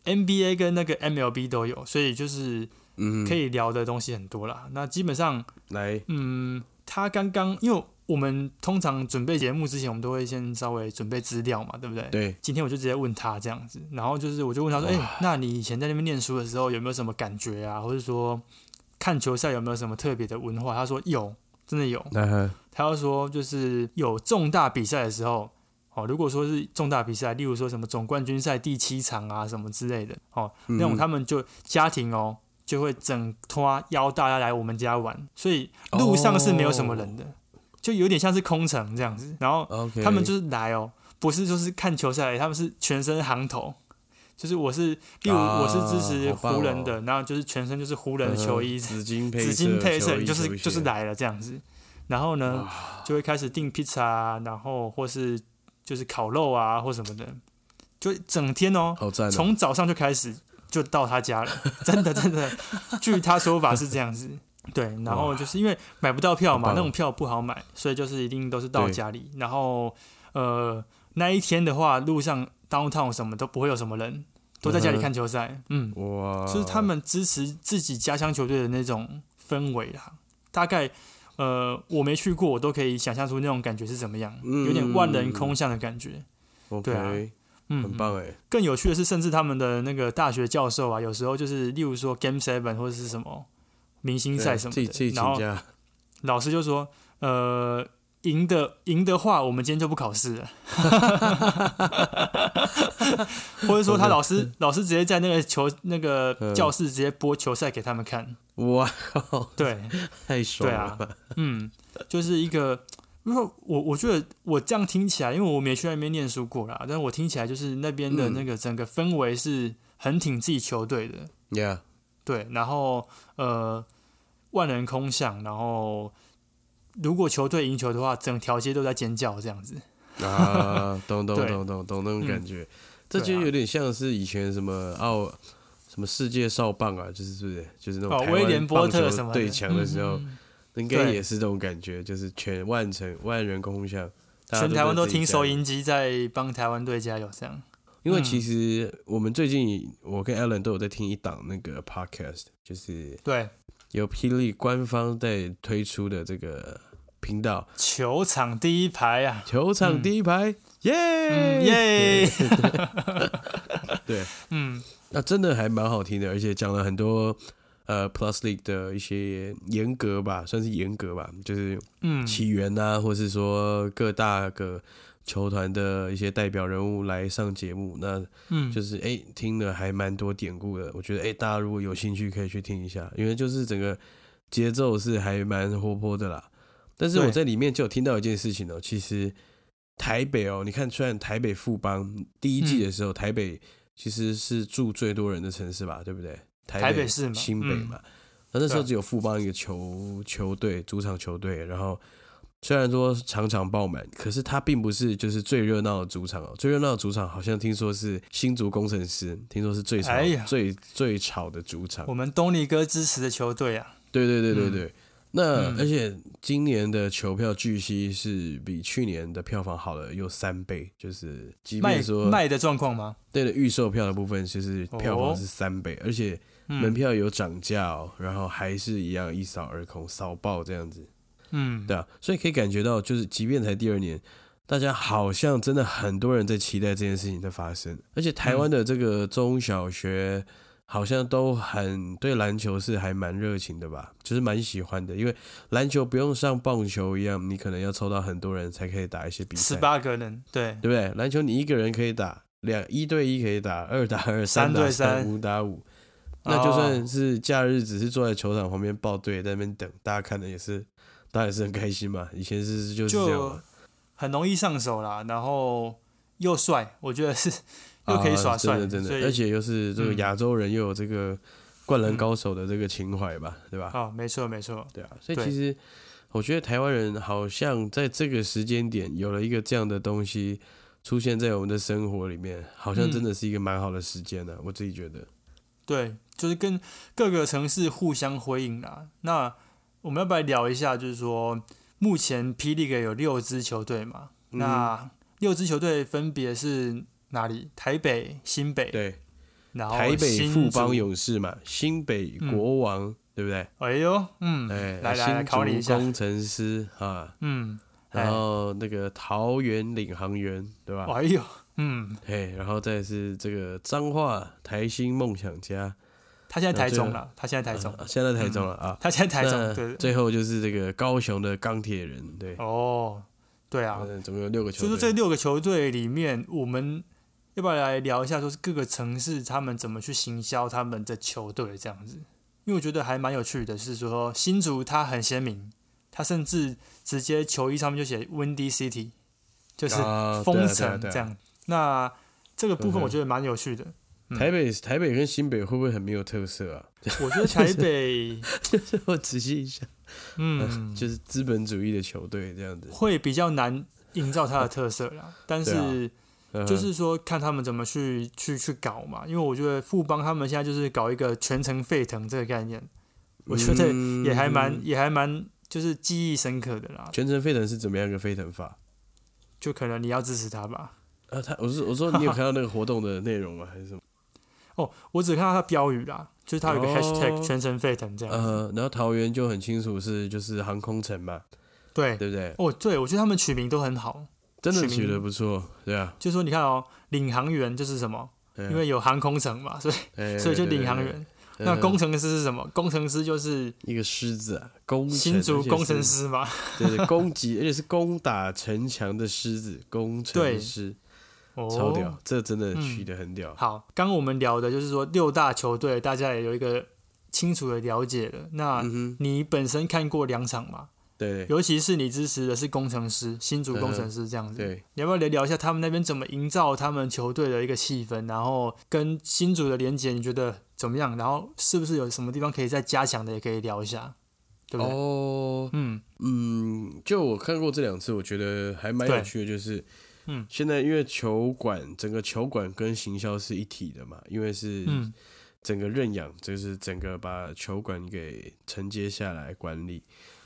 S2: NBA 跟那个 MLB 都有，所以就是
S1: 嗯，
S2: 可
S1: 以
S2: 以聊的东西很多啦。那基本上，
S1: 来，
S2: 嗯，他刚刚因为我们通常准备节目之前，我们都会先稍微准备资料嘛，对不对？
S1: 对，
S2: 今天我就直接问他这样子，然后就是我就问他说：“哎、那你以前在那边念书的时候有没有什么感觉啊？或者说看球赛有没有什么特别的文化？”他说：“有，真的有。”
S1: 那嗯哈
S2: 他要说，就是有重大比赛的时候，哦，如果说是重大比赛，例如说什么总冠军赛第七场啊什么之类的，哦，那种
S1: 嗯
S2: 他们就家庭哦就会整拖邀大家来我们家玩，所以路上是没有什么人的，就有点像是空城这样子。然后
S1: 哦 OK，
S2: 他们就是来哦，不是就是看球赛来，他们是全身行头。就是我是，例如
S1: 啊
S2: 我是支持
S1: 好棒哦
S2: 湖人的，然后就是全身就是湖人的球衣，
S1: 呃紫金配色
S2: 紫金配色，
S1: 球衣
S2: 你就
S1: 球鞋
S2: 是就是来了这样子。然后呢，就会开始订披萨啊，然后或是就是烤肉啊或什么的，就整天哦，
S1: 好赞、哦，
S2: 从早上就开始就到他家了，真的
S1: <laughs>
S2: 真的，据他说法是这样子。对，然后就是因为买不到票嘛，
S1: 好棒哦
S2: 那种票不好买，所以就是一定都是到
S1: 对
S2: 家里。然后呃，那一天的话，路上 downtown 什么都不会有什么人，都在家里
S1: 嗯哼
S2: 看球赛。嗯，
S1: 哇，
S2: 就是他们支持自己家乡球队的那种氛围啦。大概呃，我没去过，我都可以想象出那种感觉是怎么样，
S1: 嗯
S2: 有点万人空巷的感觉。
S1: OK，、
S2: 对啊嗯
S1: 很，棒哎，
S2: 更有趣的是，甚至他们的那个大学教授啊，有时候就是例如说 Game Seven 或者是什么明星赛
S1: 对
S2: 什么
S1: 自己自己
S2: 的，然
S1: 请
S2: 后
S1: 假，
S2: 老师就说，呃。赢的赢的话，我们今天就不考试了， <laughs> 或者说他老师老师直接在那个球那个
S1: 嗯
S2: 教室直接播球赛给他们看，
S1: 哇靠，
S2: 对，
S1: 太爽了吧，
S2: 嗯，就是一个，因为我我觉得我这样听起来，因为我没去那边念书过啦，但是我听起来就是那边的
S1: 嗯
S2: 那个整个氛围是很挺自己球队的，
S1: yeah，
S2: 对，然后呃万人空巷，然后如果球队赢球的话，整条街都在尖叫这样子，
S1: 啊，懂懂
S2: 对嗯
S1: 懂懂懂那种感觉，这
S2: 对啊
S1: 就有点像是以前什么奥。什么世界少棒啊，就是是不是就是那种
S2: 哦
S1: 台，湾
S2: 威廉波
S1: 棒
S2: 特
S1: 球
S2: 什么的
S1: 对强的时候，
S2: 嗯
S1: 应该也是这种感觉，就是全万城万人空巷，大家
S2: 全台湾都听收
S1: 音。
S2: 音机在帮台湾队加油，这样。
S1: 因为其实我们最近我跟 Alan 都有在听一档那个 podcast，就是
S2: 对，
S1: 由霹雳官方在推出的这个频道，
S2: 球场第一排啊，
S1: 球场第一排，耶
S2: 嗯耶！
S1: <laughs> 对，
S2: 嗯，
S1: 那真的还蛮好听的，而且讲了很多呃 Plus League 的一些严格吧，算是严格吧，就是
S2: 嗯，
S1: 起源呐、或是说各大个球团的一些代表人物来上节目，那
S2: 嗯，
S1: 就是哎、听了还蛮多典故的。我觉得哎、大家如果有兴趣可以去听一下，因为就是整个节奏是还蛮活泼的啦。但是我
S2: 对
S1: 在里面就有听到一件事情哦、其实台北哦、你看虽然台北富邦第一
S2: 嗯
S1: 季的时候，台北其实是住最多人的城市吧，对不对？台
S2: 台北市嘛
S1: 新北
S2: 嗯
S1: 嘛。那那时候
S2: 对
S1: 只有富邦一个球球队，主场球队，然后虽然说场场爆满，可是它并不是就是最热闹的主场哦。最热闹的主场好像听说是新竹工程师，听说是最吵、
S2: 哎呀
S1: 最最吵的主场
S2: 我。们东尼哥支持的球队啊，
S1: 对对对对
S2: 嗯
S1: 对。那、
S2: 嗯
S1: 而且今年的球票据悉是比去年的票房好了有三倍，就是即
S2: 卖
S1: 便说
S2: 卖的状况吗？
S1: 对的预售票的部分，就是票
S2: 哦
S1: 房是三倍，而且门
S2: 嗯
S1: 票有涨价哦，然后还是一样一扫而空，扫爆这样子。
S2: 嗯，
S1: 对啊，所以可以感觉到，就是即便才第二年，大家好像真的很多人在期待这件事情的发生，而且台湾
S2: 嗯
S1: 的这个中小学好像都很对篮球是还蛮热情的吧，就是蛮喜欢的，因为篮球不用像棒球一样，你可能要抽到很多人才可以打一些比
S2: 十
S1: 赛，
S2: 八个人，对，
S1: 对不对？篮球你一个人可以打两一对一可以打， <laughs> 二打二，
S2: 三
S1: 打
S2: 对
S1: 三，
S2: 三
S1: 五打五。那就算
S2: 哦
S1: 是假日，只是坐在球场旁边抱队在那边等，大家看的也是，大家也是很开心嘛。以前是就是这样
S2: 就
S1: 嘛，
S2: 很容易上手啦，然后又帅，我觉
S1: <laughs>
S2: 得是又可以耍
S1: 啊
S2: 帅，
S1: 真的真
S2: 所以
S1: 的，而且又是这个
S2: 嗯
S1: 亚洲人又有这个灌篮
S2: 嗯
S1: 高手的这个情怀吧，对吧？
S2: 哦，没错没错，
S1: 对啊，所以
S2: 对
S1: 其实我觉得台湾人好像在这个时间点有了一个这样的东西出现在我们的生活里面，好
S2: 嗯
S1: 像真的是一个蛮好的时间呢、我自己觉得。
S2: 对，就是跟各个城市互相辉映啦。那我们要不要来聊一下？就是说，目前霹雳 e 有六支球队嘛，
S1: 嗯
S2: 那六支球队分别是哪里？台北、新北，
S1: 对，
S2: 然后
S1: 台北
S2: 新
S1: 富
S2: 竹
S1: 邦，勇士嘛，新北国王，对不对？
S2: 哎呦，嗯，
S1: 哎，
S2: 来来来
S1: 新
S2: 考你一
S1: 竹
S2: 下，
S1: 工程师啊，
S2: 嗯，
S1: 然
S2: 哎，
S1: 后那个桃园领航员，对吧？
S2: 哎呦，嗯，
S1: 嘿，然后再是这个彰化台新梦想家，
S2: 他现在
S1: 那
S2: 台
S1: 这
S2: 中
S1: 个
S2: 了，他现在台中，
S1: 啊现在台中了啊。
S2: 他现在台
S1: 那
S2: 中，对，
S1: 最后就是这个高雄的钢铁人，对，
S2: 哦，对啊，
S1: 嗯，总共有六个
S2: 所
S1: 球
S2: 以说
S1: 队。
S2: 这六个球队里面，我们要不要来聊一下，说是各个城市他们怎么去行销他们的球队这样子？因为我觉得还蛮有趣的，是说新竹它很鲜明，它甚至直接球衣上面就写 Windy City，就是
S1: 啊对啊
S2: 封
S1: 对啊
S2: 城
S1: 对啊
S2: 这样。那这个部
S1: 对
S2: 分
S1: 对
S2: 我觉得蛮有趣的。嗯
S1: 台北台北跟新北会不会很没有特色
S2: <laughs>
S1: 啊？<laughs>
S2: 我觉得台北，
S1: 我仔细一下，
S2: 嗯，
S1: <laughs> 就是资本主义的球队这样子，
S2: 会比较难营造它的特色
S1: <laughs>
S2: 啦，但
S1: 对啊
S2: 是。
S1: 嗯
S2: 就。是说看他们怎么去去去搞嘛，因为我觉得富邦他们现在就是搞一个全城沸腾这个概念，我觉得
S1: 嗯
S2: 也还蛮、也还蛮就是记忆深刻的啦，
S1: 全程沸腾是怎么样一个沸腾法？
S2: 就可能你要支持他吧。
S1: 啊，他我是我说 <laughs> 你有看到那个活动的内容吗？还是什么？
S2: 哦，我只看到他标语啦，就是他有个
S1: 哦
S2: hashtag 全城沸腾这样子。
S1: 呃，然后桃园就很清楚是就是航空城嘛，
S2: 对，
S1: 对不对？
S2: 哦对，我觉得他们取名都很好，
S1: 真的
S2: 取名
S1: 取得不错，对啊，
S2: 就说你看哦，领航员就是什么，
S1: 对啊
S2: 因为有航空城嘛，所以
S1: 哎
S2: 所以就
S1: 对对
S2: 领航
S1: 对
S2: 员。
S1: 对
S2: 那
S1: 嗯
S2: 工程师是什么？工程师就是
S1: 一个狮子啊，攻城
S2: 新
S1: 而
S2: 竹
S1: 且
S2: 工
S1: 是
S2: 程师嘛。
S1: 对对，攻击， <laughs> 而且是攻打城墙的狮子，工程
S2: 对
S1: 师，
S2: 哦，
S1: 超屌，这真的
S2: 嗯
S1: 取得很屌，
S2: 好，刚刚我们聊的就是说六大球队，大家也有一个清楚的了解了。那
S1: 嗯哼，
S2: 你本身看过两场嘛？
S1: 对对
S2: 尤其是你支持的是工程师、新竹工程师这样子。
S1: 对，
S2: 你要不要来聊一下他们那边怎么营造他们球队的一个气氛，然后跟新竹的连接，你觉得怎么样？然后是不是有什么地方可以再加强的，也可以聊一下，对不对？
S1: 哦，
S2: 嗯
S1: 嗯，就我看过这两次，我觉得还蛮有
S2: 对
S1: 趣的，就是，
S2: 嗯，
S1: 现在因为球馆整个球馆跟行销是一体的嘛，因为是
S2: 嗯，
S1: 整个认养，就是整个把球馆给承接下来管理。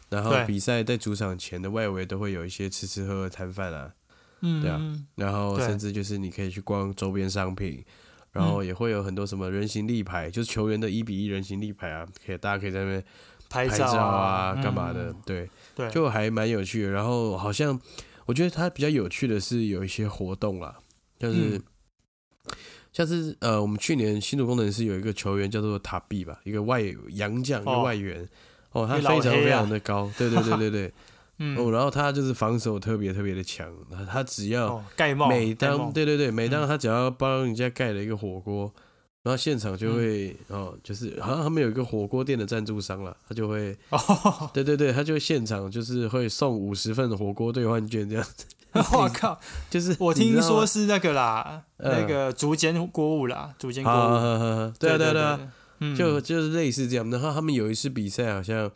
S1: 然后
S2: 对
S1: 比赛在主场前的外围都会有一些吃吃喝喝摊贩啊，
S2: 嗯，
S1: 对啊
S2: 嗯
S1: 然后
S2: 对嗯
S1: 甚至就是你可以去逛周边商品，然后也会有很多什么人形立牌，就是球员的一比一人形立牌啊，可以大家可以在那边
S2: 拍
S1: 拍照
S2: 啊
S1: 啊，，干嘛的
S2: 嗯？？
S1: 对，
S2: 对，
S1: 就还蛮有趣的。然后好像我觉得它比较有趣的是有一些活动啦，就是
S2: 嗯
S1: 像是呃，我们去年新竹工程师有一个球员叫做塔比吧，一个外洋将，一个
S2: 哦
S1: 外援。哦，他
S2: 一个
S1: 非
S2: 老
S1: 常
S2: 黑啊
S1: 非常的高，对对对对对，哦，
S2: <laughs> 嗯，
S1: 然后他就是防守特别特别的强，然后他只要
S2: 哦，盖帽，
S1: 每
S2: 盖
S1: 当
S2: 帽
S1: 对对对，
S2: 嗯
S1: 每当他只要帮人家盖了一个火锅，然后现场就
S2: 嗯
S1: 会、哦，就是好像他们有一个火锅店的赞助商啦，他就会
S2: <laughs> 哦，
S1: 对对对，他就现场就是会送五十份的火锅兑换券这样 <laughs> 子，
S2: 我靠，
S1: 就是
S2: 我
S1: 你知
S2: 听
S1: 道
S2: 说
S1: 吗
S2: 是那个啦，
S1: 嗯
S2: 那个竹间锅物啦，竹间
S1: 啊啊啊
S2: 锅物，
S1: 啊啊啊对啊对啊
S2: 对
S1: 对啊，，
S2: 嗯，
S1: 就就是类似这样。然后他们有一次比赛好像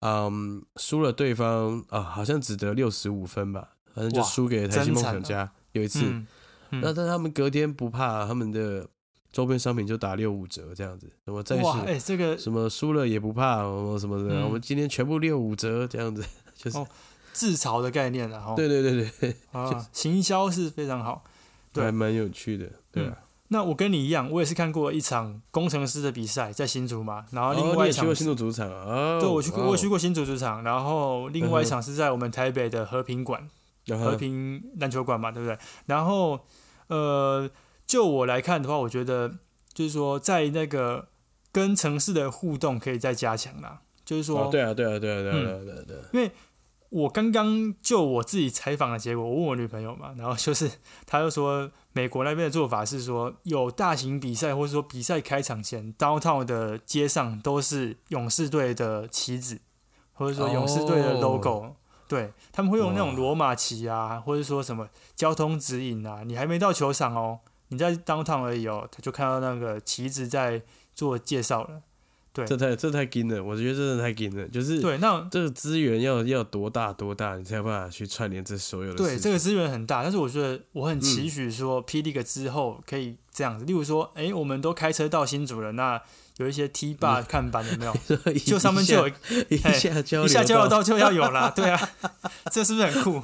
S1: 嗯输了对方啊，好像只得六十五分吧，反正就
S2: 哇
S1: 输给台
S2: 真
S1: 新梦
S2: 惨
S1: 想
S2: 啊
S1: 家有一次。
S2: 嗯，嗯
S1: 那但他们隔天不怕，他们的周边商品就打六五折这样子，什么再
S2: 哇，
S1: 是
S2: 哎，这个
S1: 什么输了也不怕，什么什么的，
S2: 嗯
S1: 我们今天全部六五折这样子， <laughs> 就是、
S2: 哦自嘲的概念啦，哦，
S1: 对对对对，
S2: 啊，行销是非常好。对
S1: 还蛮有趣的，对啊。
S2: 那我跟你一样，我也是看过一场工程师的比赛，在新竹嘛，然后
S1: 哦，
S2: 另
S1: 你
S2: 外
S1: 也
S2: 一
S1: 去
S2: 场
S1: 过
S2: 是
S1: 新竹主场啊？哦、
S2: 对，我去过，
S1: 哇哦
S2: 我去过新竹主场，然后另外一
S1: 嗯哼
S2: 场是在我们台北的和平馆，
S1: 然后
S2: 和平篮球馆嘛，对不对？然后，呃，就我来看的话，我觉得就是说，在那个跟城市的互动可以再加强啦。就是说，嗯
S1: 哦，对啊，对啊，对啊，对啊，对啊，对啊对啊，
S2: 我刚刚就我自己采访的结果，我问我女朋友嘛，然后就是 <laughs> 她就说，美国那边的做法是说，有大型比赛或者说比赛开场前，downtown 的街上都是勇士队的旗子，或者说勇士队的
S1: 哦
S2: logo，、对他们会用那
S1: 哇
S2: 种罗马旗啊，或者说什么交通指引啊，你还没到球场哦，你在 downtown 而已哦，他就看到那个旗子在做介绍了。对
S1: 这太这太紧了，我觉得真的太紧了，就是
S2: 对，那
S1: 这个资源要要多大多大，你才有办法去串联这所有的
S2: 对，
S1: 事
S2: 这
S1: 情。
S2: 个资源很大，但是我觉得我很期许说霹雳 e 之后可以这样子，例如说，哎，我们都开车到新竹了，那有一些 T 坝看板有没有？
S1: <laughs> 这个
S2: 就上面就有
S1: 一
S2: 嘿
S1: 下交流
S2: 一下交流
S1: 到
S2: 道就要有啦，对啊， <laughs> 这是不是很酷？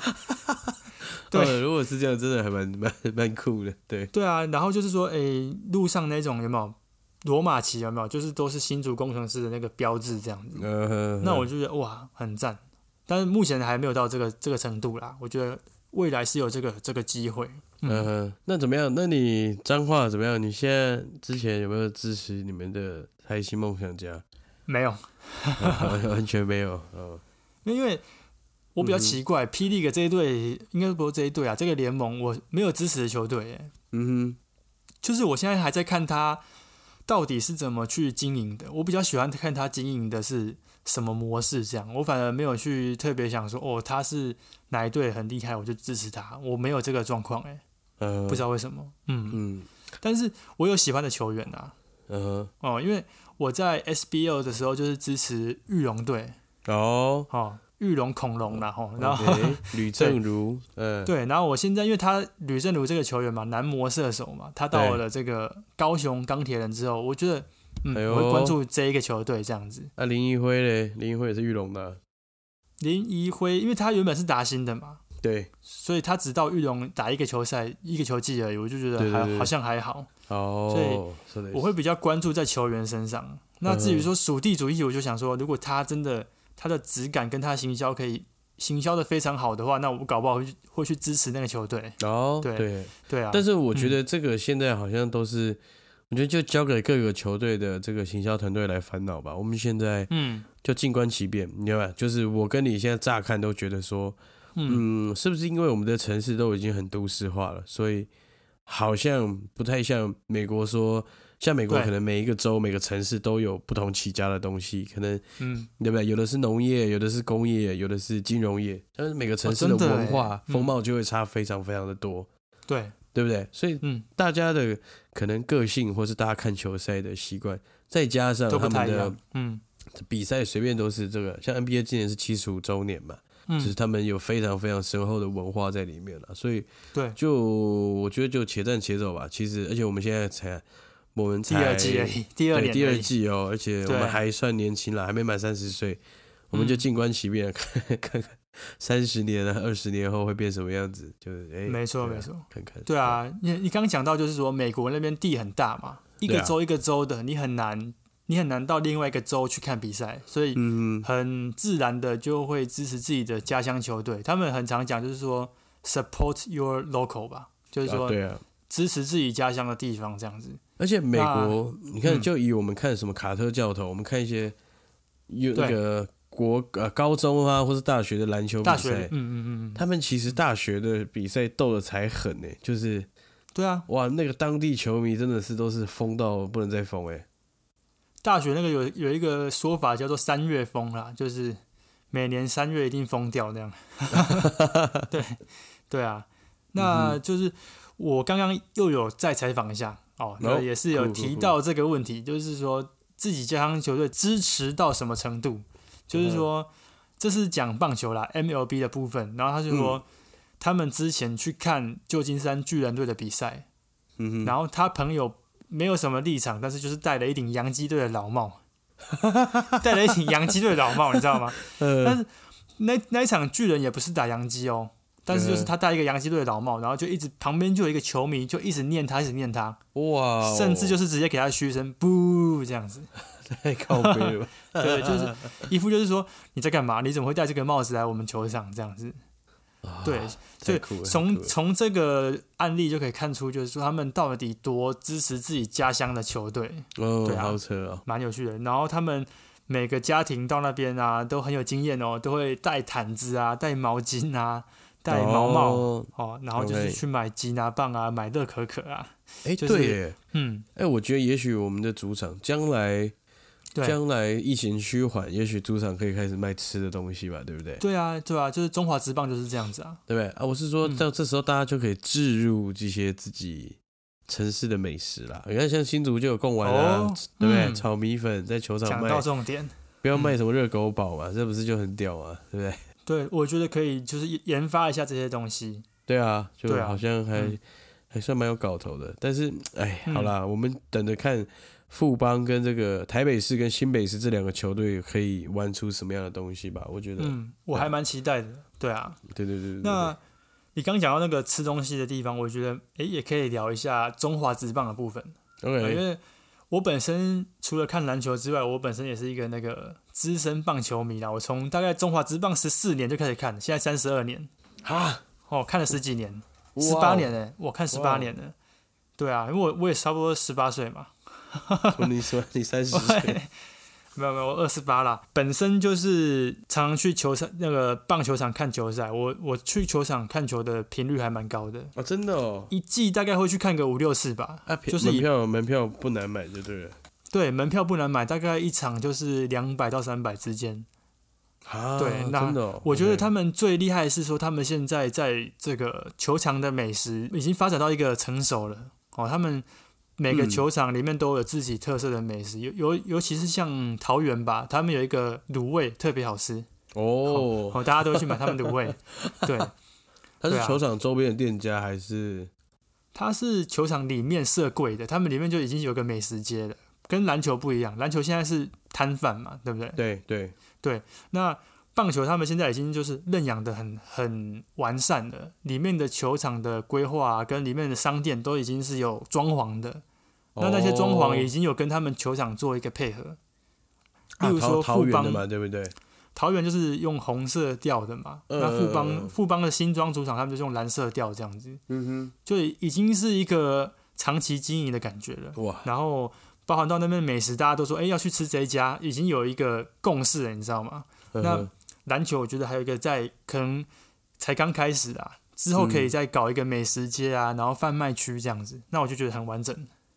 S2: 对
S1: 呃如果是这样，真的还蛮蛮蛮酷的，对。
S2: 对啊，然后就是说，诶，路上那种有没有罗马旗有没有？就是都是新竹工程师的那个标志这样子，
S1: 呃，
S2: 嗯那我就觉得哇，很赞。但是目前还没有到这个这个程度啦，我觉得未来是有这个这个机会。
S1: 嗯、哼，那怎么样？那你彰化怎么样？你现在之前有没有支持你们的开心梦想家？ <laughs>
S2: 没有，
S1: 啊完全没有哦。
S2: 因为我比较奇怪，霹雳 e 这一队应该不是这一队啊，这个联盟我没有支持的球队耶，
S1: 嗯
S2: 就是我现在还在看他到底是怎么去经营的。我比较喜欢看他经营的是什么模式，这样我反而没有去特别想说哦，他是哪一队很厉害，我就支持他，我没有这个状况哎，
S1: 哼，呃，
S2: 不知道为什么，嗯，
S1: 嗯
S2: 但是我有喜欢的球员啊，
S1: 嗯
S2: 哦，因为我在 SBL 的时候就是支持玉龙队，
S1: 哼，哦，
S2: 哦，玉龙恐龙啦，吼、然后。 <laughs>
S1: OK，吕正如，嗯，
S2: 对，然后我现在因为他吕正如这个球员嘛，男模射手嘛，他到
S1: 对
S2: 了这个高雄钢铁人之后，我觉得，嗯，
S1: 哎呦
S2: 我会关注这一个球队这样子。
S1: 啊，林一辉嘞，林一辉也是玉龙的啊，
S2: 林怡辉，因为他原本是达新的嘛，
S1: 对，
S2: 所以他只到玉龙打一个球赛、一个球季而已，我就觉得还
S1: 对对对
S2: 好像还好。
S1: 哦，所以
S2: 我会比较关注在球员身上。那至于
S1: 嗯
S2: 说属地主义，我就想说，如果他真的他的质感跟他的行销可以行销的非常好的话，那我搞不好会去会去支持那个球队。
S1: 哦，
S2: 对
S1: 对，
S2: 对啊，
S1: 但是我觉得这个现在好像都是，我觉得就交给各个球队的这个行销团队来烦恼吧。我们现在
S2: 嗯
S1: 就静观其变，你明白吧？就是我跟你现在乍看都觉得说，
S2: 嗯
S1: 嗯，是不是因为我们的城市都已经很都市化了，所以好像不太像美国说，像美国
S2: 对
S1: 可能每一个州、每个城市都有不同起家的东西，可能
S2: 嗯，
S1: 对不对？有的是农业，有的是工业，有的是金融业，但是每个城市
S2: 哦真的
S1: 文化、
S2: 欸嗯
S1: 风貌就会差非常非常的多，
S2: 对，
S1: 对不对？所以
S2: 嗯。
S1: 大家的可能个性或是大家看球赛的习惯，再加上
S2: 都不
S1: 呃他
S2: 太
S1: 们
S2: 一
S1: 的
S2: 样。嗯
S1: 比赛随便都是这个，像 NBA 今年是七十五周年嘛，就是
S2: 嗯，
S1: 他们有非常非常深厚的文化在里面了，所以
S2: 对，
S1: 就我觉得就且战且走吧。其实，而且我们现在才我们
S2: 第
S1: 才
S2: 二季而已，第二
S1: 对
S2: 年
S1: 第
S2: 而
S1: 二
S2: 已
S1: 季哦，而且我
S2: 对嗯
S1: 们还算年轻啦，还没满三十岁。我们就静观其变，看 <laughs> 看三十年啊、二十年后会变什么样子，就是哎，
S2: 没错
S1: 对啊
S2: 没错，
S1: 看看，
S2: 对啊，你你刚刚讲到就是说美国那边地很大嘛，一
S1: 对
S2: 个
S1: 啊
S2: 州一个州的，你很难你很难到另外一个州去看比赛，所以
S1: 嗯，
S2: 很自然的就会支持自己的家乡球队。他们很常讲就是说 support your local 吧，就是
S1: 啊
S2: 说
S1: 对啊，
S2: 支持自己家乡的地方这样子。
S1: 而且美国，你看，
S2: 嗯
S1: 就以我们看什么卡特教头，我们看一些有
S2: 对
S1: 那个国呃高中啊，或是大学的篮球比
S2: 大学
S1: 赛
S2: 嗯，嗯嗯嗯，
S1: 他们其实大学的比赛斗的才狠呢、就是
S2: 对啊，
S1: 哇，那个当地球迷真的是都是疯到不能再疯哎、
S2: 大学那个有有一个说法叫做三月风啦，就是每年三月一定疯
S1: <laughs>
S2: 掉那样。对对啊，
S1: 嗯
S2: 那就是我刚刚又有再采访一下哦，那
S1: 哦
S2: 也是有
S1: 酷酷
S2: 提
S1: 酷
S2: 到这个问题，就是说自己家乡球队支持到什么程度，就是说
S1: 嗯
S2: 这是讲棒球啦 MLB 的部分，然后他就说、
S1: 嗯
S2: 他们之前去看旧金山巨人队的比赛，
S1: 嗯哼，
S2: 然后他朋友没有什么立场，但是就是戴了一顶洋基队的老帽， <laughs> 戴了一顶洋基队的老帽，你知道
S1: <laughs>
S2: 吗？但
S1: 呃，
S2: 是那那一场巨人也不是打洋基哦，但
S1: 嗯
S2: 是就是他戴一个洋基队的老帽，然后就一直旁边就有一个球迷就一直念他，一直念他，
S1: 哇哦，
S2: 甚至就是直接给他嘘声“不”这样子，
S1: <laughs> 太靠背
S2: <laughs>
S1: 了吧，<laughs>
S2: 对，就是一副就是说你在干嘛？你怎么会戴这个帽子来我们球场这样子？
S1: 啊
S2: 对，所
S1: 太
S2: 以
S1: 酷了，太
S2: 从
S1: 酷了
S2: 从这个案例就可以看出，就是说他们到底多支持自己家乡的球队。
S1: 哦
S2: 对，啊
S1: 好扯哦，
S2: 蛮有趣的。然后他们每个家庭到那边啊，都很有经验哦，都会带毯子啊，带毛巾啊，带毛帽哦
S1: 哦，
S2: 然后就是
S1: OK
S2: 去买吉拿棒啊，买乐可可啊，
S1: 哎、
S2: 就是
S1: 对耶，
S2: 嗯，
S1: 哎、我觉得也许我们的主场将来。
S2: 对。
S1: 将来疫情趋缓，也许赌场可以开始卖吃的东西吧，对不对？
S2: 对啊，对啊，就是中华职棒就是这样子啊。
S1: 对不对啊？我是说
S2: 嗯
S1: 到这时候，大家就可以置入这些自己城市的美食啦。你看，像新竹就有贡丸啊，
S2: 哦
S1: 对不对？
S2: 嗯
S1: 炒米粉在球场
S2: 讲
S1: 卖，
S2: 到嗯重点，
S1: 不要卖什么热狗堡嘛，这不是就很屌嘛，对不对？
S2: 对我觉得可以就是研发一下这些东西。
S1: 对啊，就
S2: 对啊
S1: 好像还、
S2: 嗯
S1: 还算蛮有搞头的。但是，哎，
S2: 嗯
S1: 好啦，我们等着看富邦跟这个台北市跟新北市这两个球队可以玩出什么样的东西吧。我觉得，
S2: 嗯，我还蛮期待的。对啊，
S1: 对对对对对。
S2: 那你刚讲到那个吃东西的地方，我觉得诶也可以聊一下中华职棒的部分。呃
S1: OK，
S2: 因为我本身除了看篮球之外，我本身也是一个那个资深棒球迷啦。我从大概中华职棒十四年就开始看，现在三十二年，
S1: 啊，
S2: 哦，看了十几年，
S1: 哇哦
S2: 十八年呢、我看十
S1: 哇
S2: 八
S1: 哦
S2: 年了。对啊，因为我我也差不多十八岁嘛，
S1: 哦！ <laughs> 你说你三十
S2: <laughs>
S1: 岁，
S2: 没有没有，我二十八啦。本身就是常常去球场那个棒球场看球赛，我我去球场看球的频率还蛮高的，
S1: 哦，真的哦。
S2: 一季大概会去看个五六次吧。
S1: 啊，
S2: 就是
S1: 门
S2: 以
S1: 票门票不难买就对了。
S2: 对，门票不难买，大概一场就是两百到三百之间。
S1: 啊，
S2: 对那
S1: 真的哦。
S2: 我觉得他
S1: OK
S2: 们最厉害的是说，他们现在在这个球场的美食已经发展到一个成熟了哦。他们每个
S1: 嗯
S2: 球场里面都有自己特色的美食，尤尤尤其是像桃园吧，他们有一个卤味特别好吃
S1: 哦，
S2: 哦，大家都会去买他们卤味。对，
S1: 他是
S2: 对啊
S1: 球场周边的店家还是
S2: 它是球场里面设柜的，他们里面就已经有个美食街了，跟篮球不一样，篮球现在是摊贩嘛，对不对？
S1: 对对
S2: 那棒球他们现在已经就是认养的很很完善了，里面的球场的规划、啊、跟里面的商店都已经是有装潢的，那那些装潢已
S1: 也
S2: 经有跟他们球场做一个配合。
S1: 哦
S2: 例
S1: 啊
S2: 如
S1: 桃
S2: 说
S1: 桃
S2: 富
S1: 园的
S2: 邦，
S1: 嘛，对不对？
S2: 桃园就是用红色调的嘛，
S1: 呃
S2: 那富邦富邦的新庄主场他们就是用蓝色调这样子，
S1: 嗯
S2: 就已经是一个长期经营的感觉了。
S1: 哼，哇，
S2: 然后包含到那边美食，大家都说，哎、要去吃这一家，已经有一个共识了，你知道吗？那
S1: 嗯哼
S2: 篮球，我觉得还有一个在可能才刚开始啊，之后可
S1: 嗯
S2: 以再搞一个美食街啊，然后贩卖区这样子，那我就觉得很完整。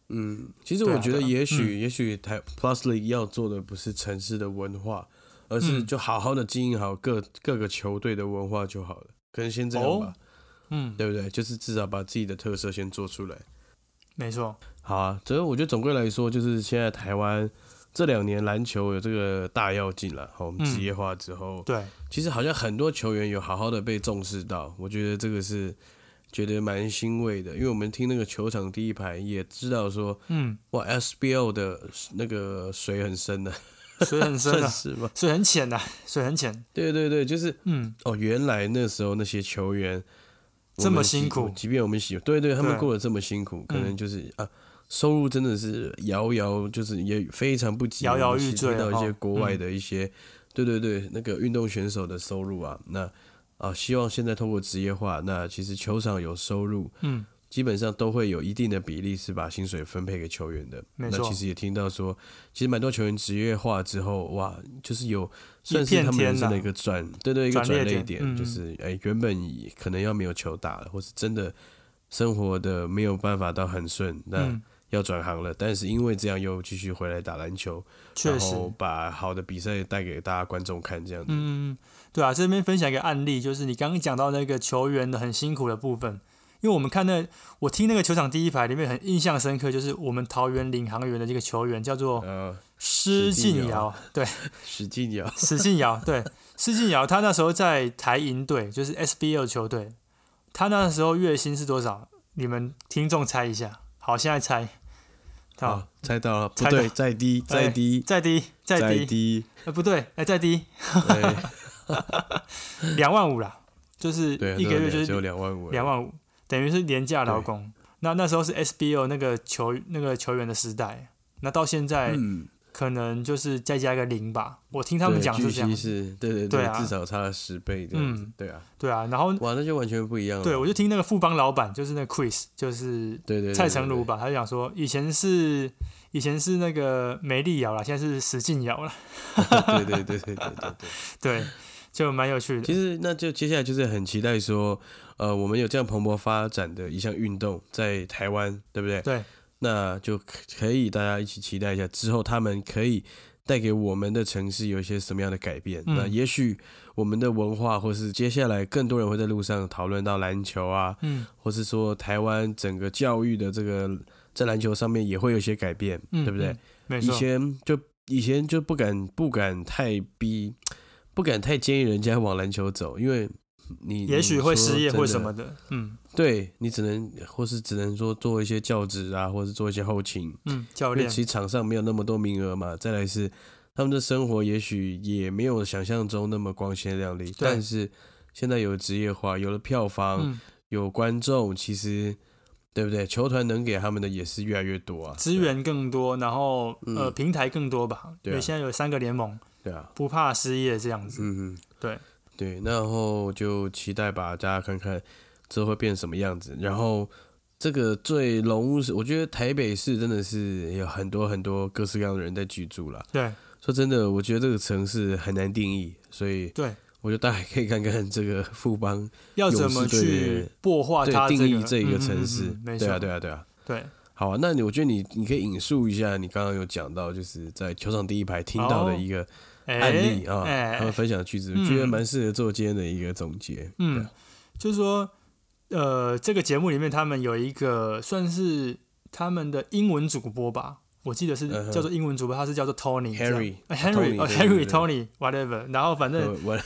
S1: 嗯，其实
S2: 对啊
S1: 我觉得
S2: 对啊
S1: 也许也许台 Plus League 要做的不是城市的文化，而是
S2: 嗯
S1: 就好好的经营好各各个球队的文化就好了。可能先这样
S2: 哦
S1: 吧，
S2: 嗯，
S1: 对不对？就是至少把自己的特色先做出来。
S2: 没错，
S1: 好啊，所以我觉得总归来说，就是现在台湾这两年篮球有这个大跃进了，好，我们
S2: 嗯
S1: 职业化之后，
S2: 对，
S1: 其实好像很多球员有好好的被重视到，我觉得这个是觉得蛮欣慰的，因为我们听那个球场第一排也知道说，
S2: 嗯， <laughs>
S1: 哇，SBL 的那个水很深的、
S2: 水
S1: <laughs>
S2: 很深
S1: 算
S2: 啊，
S1: 是吧？
S2: 水很浅呐、水很浅。
S1: 对对对，就是
S2: 嗯，
S1: 哦，原来那时候那些球员我
S2: 这么
S1: 们
S2: 辛
S1: 喜
S2: 苦
S1: 即便我们喜对对，他们
S2: 对啊嗯
S1: 过得这么辛苦，可能就是、啊，收入真的是遥遥，就是也非常不及
S2: 摇摇
S1: 我们
S2: 欲
S1: 其实
S2: 坠
S1: 听到一些
S2: 哦
S1: 国外的一些，对对对，那个运动选手的收入啊，那啊，希望现在通过职业化，那其实球场有收入，
S2: 嗯，
S1: 基本上都会有一定的比例是把薪水分配给球员的。
S2: 没
S1: 那
S2: 错
S1: 其实也听到说，其实蛮多球员职业化之后，哇，就是有算是
S2: 片
S1: 他们人
S2: 天
S1: 生的
S2: 呐
S1: 一个转，对对，一个
S2: 转
S1: 转
S2: 捩
S1: 捩
S2: 点嗯
S1: 就是哎、原本可能要没有球打了，或是真的生活的没有办法到很顺，那
S2: 嗯，
S1: 要转行了，但是因为这样又继续回来打篮球，
S2: 确
S1: 然
S2: 实，
S1: 后把好的比赛带给大家观众看，这样子。
S2: 嗯，对啊，这边分享一个案例，就是你刚刚讲到那个球员的很辛苦的部分，因为我们看那我听那个球场第一排里面很印象深刻，就是我们桃园领航员的这个球员叫做
S1: 呃，史
S2: 施
S1: 进
S2: 晋尧，对， <laughs>
S1: 史劲尧，
S2: 史进尧，对，施晋尧，他那时候在台银队，就是 SBL 球队，他那时候月薪是多少？你们听众猜一下，好，现在猜，好，
S1: 好，猜到了，不
S2: 猜到
S1: 对，再低，再
S2: 哎
S1: 低，
S2: 再低，再低，
S1: 再
S2: <laughs>
S1: 低，哎
S2: 呃，不对，哎、再低，
S1: 对。
S2: 两万五啦，就是
S1: 对，
S2: 一个
S1: 很多
S2: 月
S1: 人
S2: 就是
S1: 只有两万五，
S2: 两万五，等于是廉价劳工。那那时候是 SBO 那个球那个球员的时代，那到现在
S1: 嗯，
S2: 可能就是再加一个零吧。我听他们
S1: 对
S2: 讲
S1: 据
S2: 是这样
S1: 悉，是，对对
S2: 对啊
S1: 至少差了十倍这样子
S2: 嗯，
S1: 对啊，
S2: 对啊。然后
S1: 哇，那就完全不一样了，
S2: 对我就听那个富邦老板，就是那个 Chris，就是
S1: 对对
S2: 蔡成儒
S1: 吧，
S2: 吧，他就讲说以前是以前是那个梅丽瑶啦，现在是石进瑶啦，
S1: 对对对对
S2: <laughs>
S1: 对对对。
S2: 对，就蛮有趣
S1: 其
S2: 的。
S1: 实那就接下来就是很期待说，呃，我们有这样蓬勃发展的一项运动在台湾，对不对？
S2: 对，
S1: 那就可可以大家一起期待一下，之后他们可以带给我们的城市有一些什么样的改变？
S2: 嗯
S1: 那也许我们的文化，或是接下来更多人会在路上讨论到篮球啊，
S2: 嗯
S1: 或是说台湾整个教育的这个在篮球上面也会有一些改变，
S2: 嗯，
S1: 对不对
S2: 嗯？？没
S1: 以
S2: 错，
S1: 前就以前就不敢不敢太逼，不敢太建议人家往篮球走，因为你
S2: 也许会失业或什，
S1: 你说
S2: 么的。嗯
S1: 真的对你只能或是只能说做一些教职啊，或是做一些后勤，
S2: 嗯，教
S1: 因为
S2: 练
S1: 其实场上没有那么多名额嘛。再来是他们的生活也许也没有想象中那么光鲜亮丽，但是现在有职业化，有了票房，
S2: 嗯
S1: 有观众，其实对不对？球团能给他们的也是越来越多啊，
S2: 资源更多，然后呃
S1: 嗯
S2: 平台更多吧，
S1: 对啊
S2: 因为现在有三个联盟，
S1: 对啊，
S2: 不怕失业这样子。
S1: 嗯嗯，
S2: 对
S1: 对，然后就期待吧，大家看看这会变什么样子。然后这个最龙屋，我觉得台北市真的是有很多很多各式各样的人在居住啦。
S2: 对
S1: 说真的，我觉得这个城市很难定义，所以
S2: 对，
S1: 我觉得大家可以看看这个富邦
S2: 要怎么
S1: 勇士队
S2: 去
S1: 的
S2: 破化
S1: 对
S2: 啊它
S1: 定义
S2: 这
S1: 这一个城
S2: 嗯
S1: 市
S2: 嗯嗯嗯、没错，
S1: 对啊，对啊，对啊。
S2: 对
S1: 好啊，那你我觉得你你可以引述一下你刚刚有讲到，就是在球场第一排听到的一个
S2: 哎
S1: 案例啊，
S2: 哎
S1: 他们分享的句子，
S2: 嗯
S1: 我觉得蛮适合做今天的一个总结。对
S2: 嗯
S1: 啊，
S2: 就是说，呃，这个节目里面他们有一个算是他们的英文主播吧，我记得是
S1: 嗯哼
S2: 叫做英文主播，他是叫做 Tony 这样
S1: Harry
S2: 呃 Henry 哦
S1: Tony，对对
S2: Henry
S1: 对
S2: Tony whatever，然后反正
S1: 我我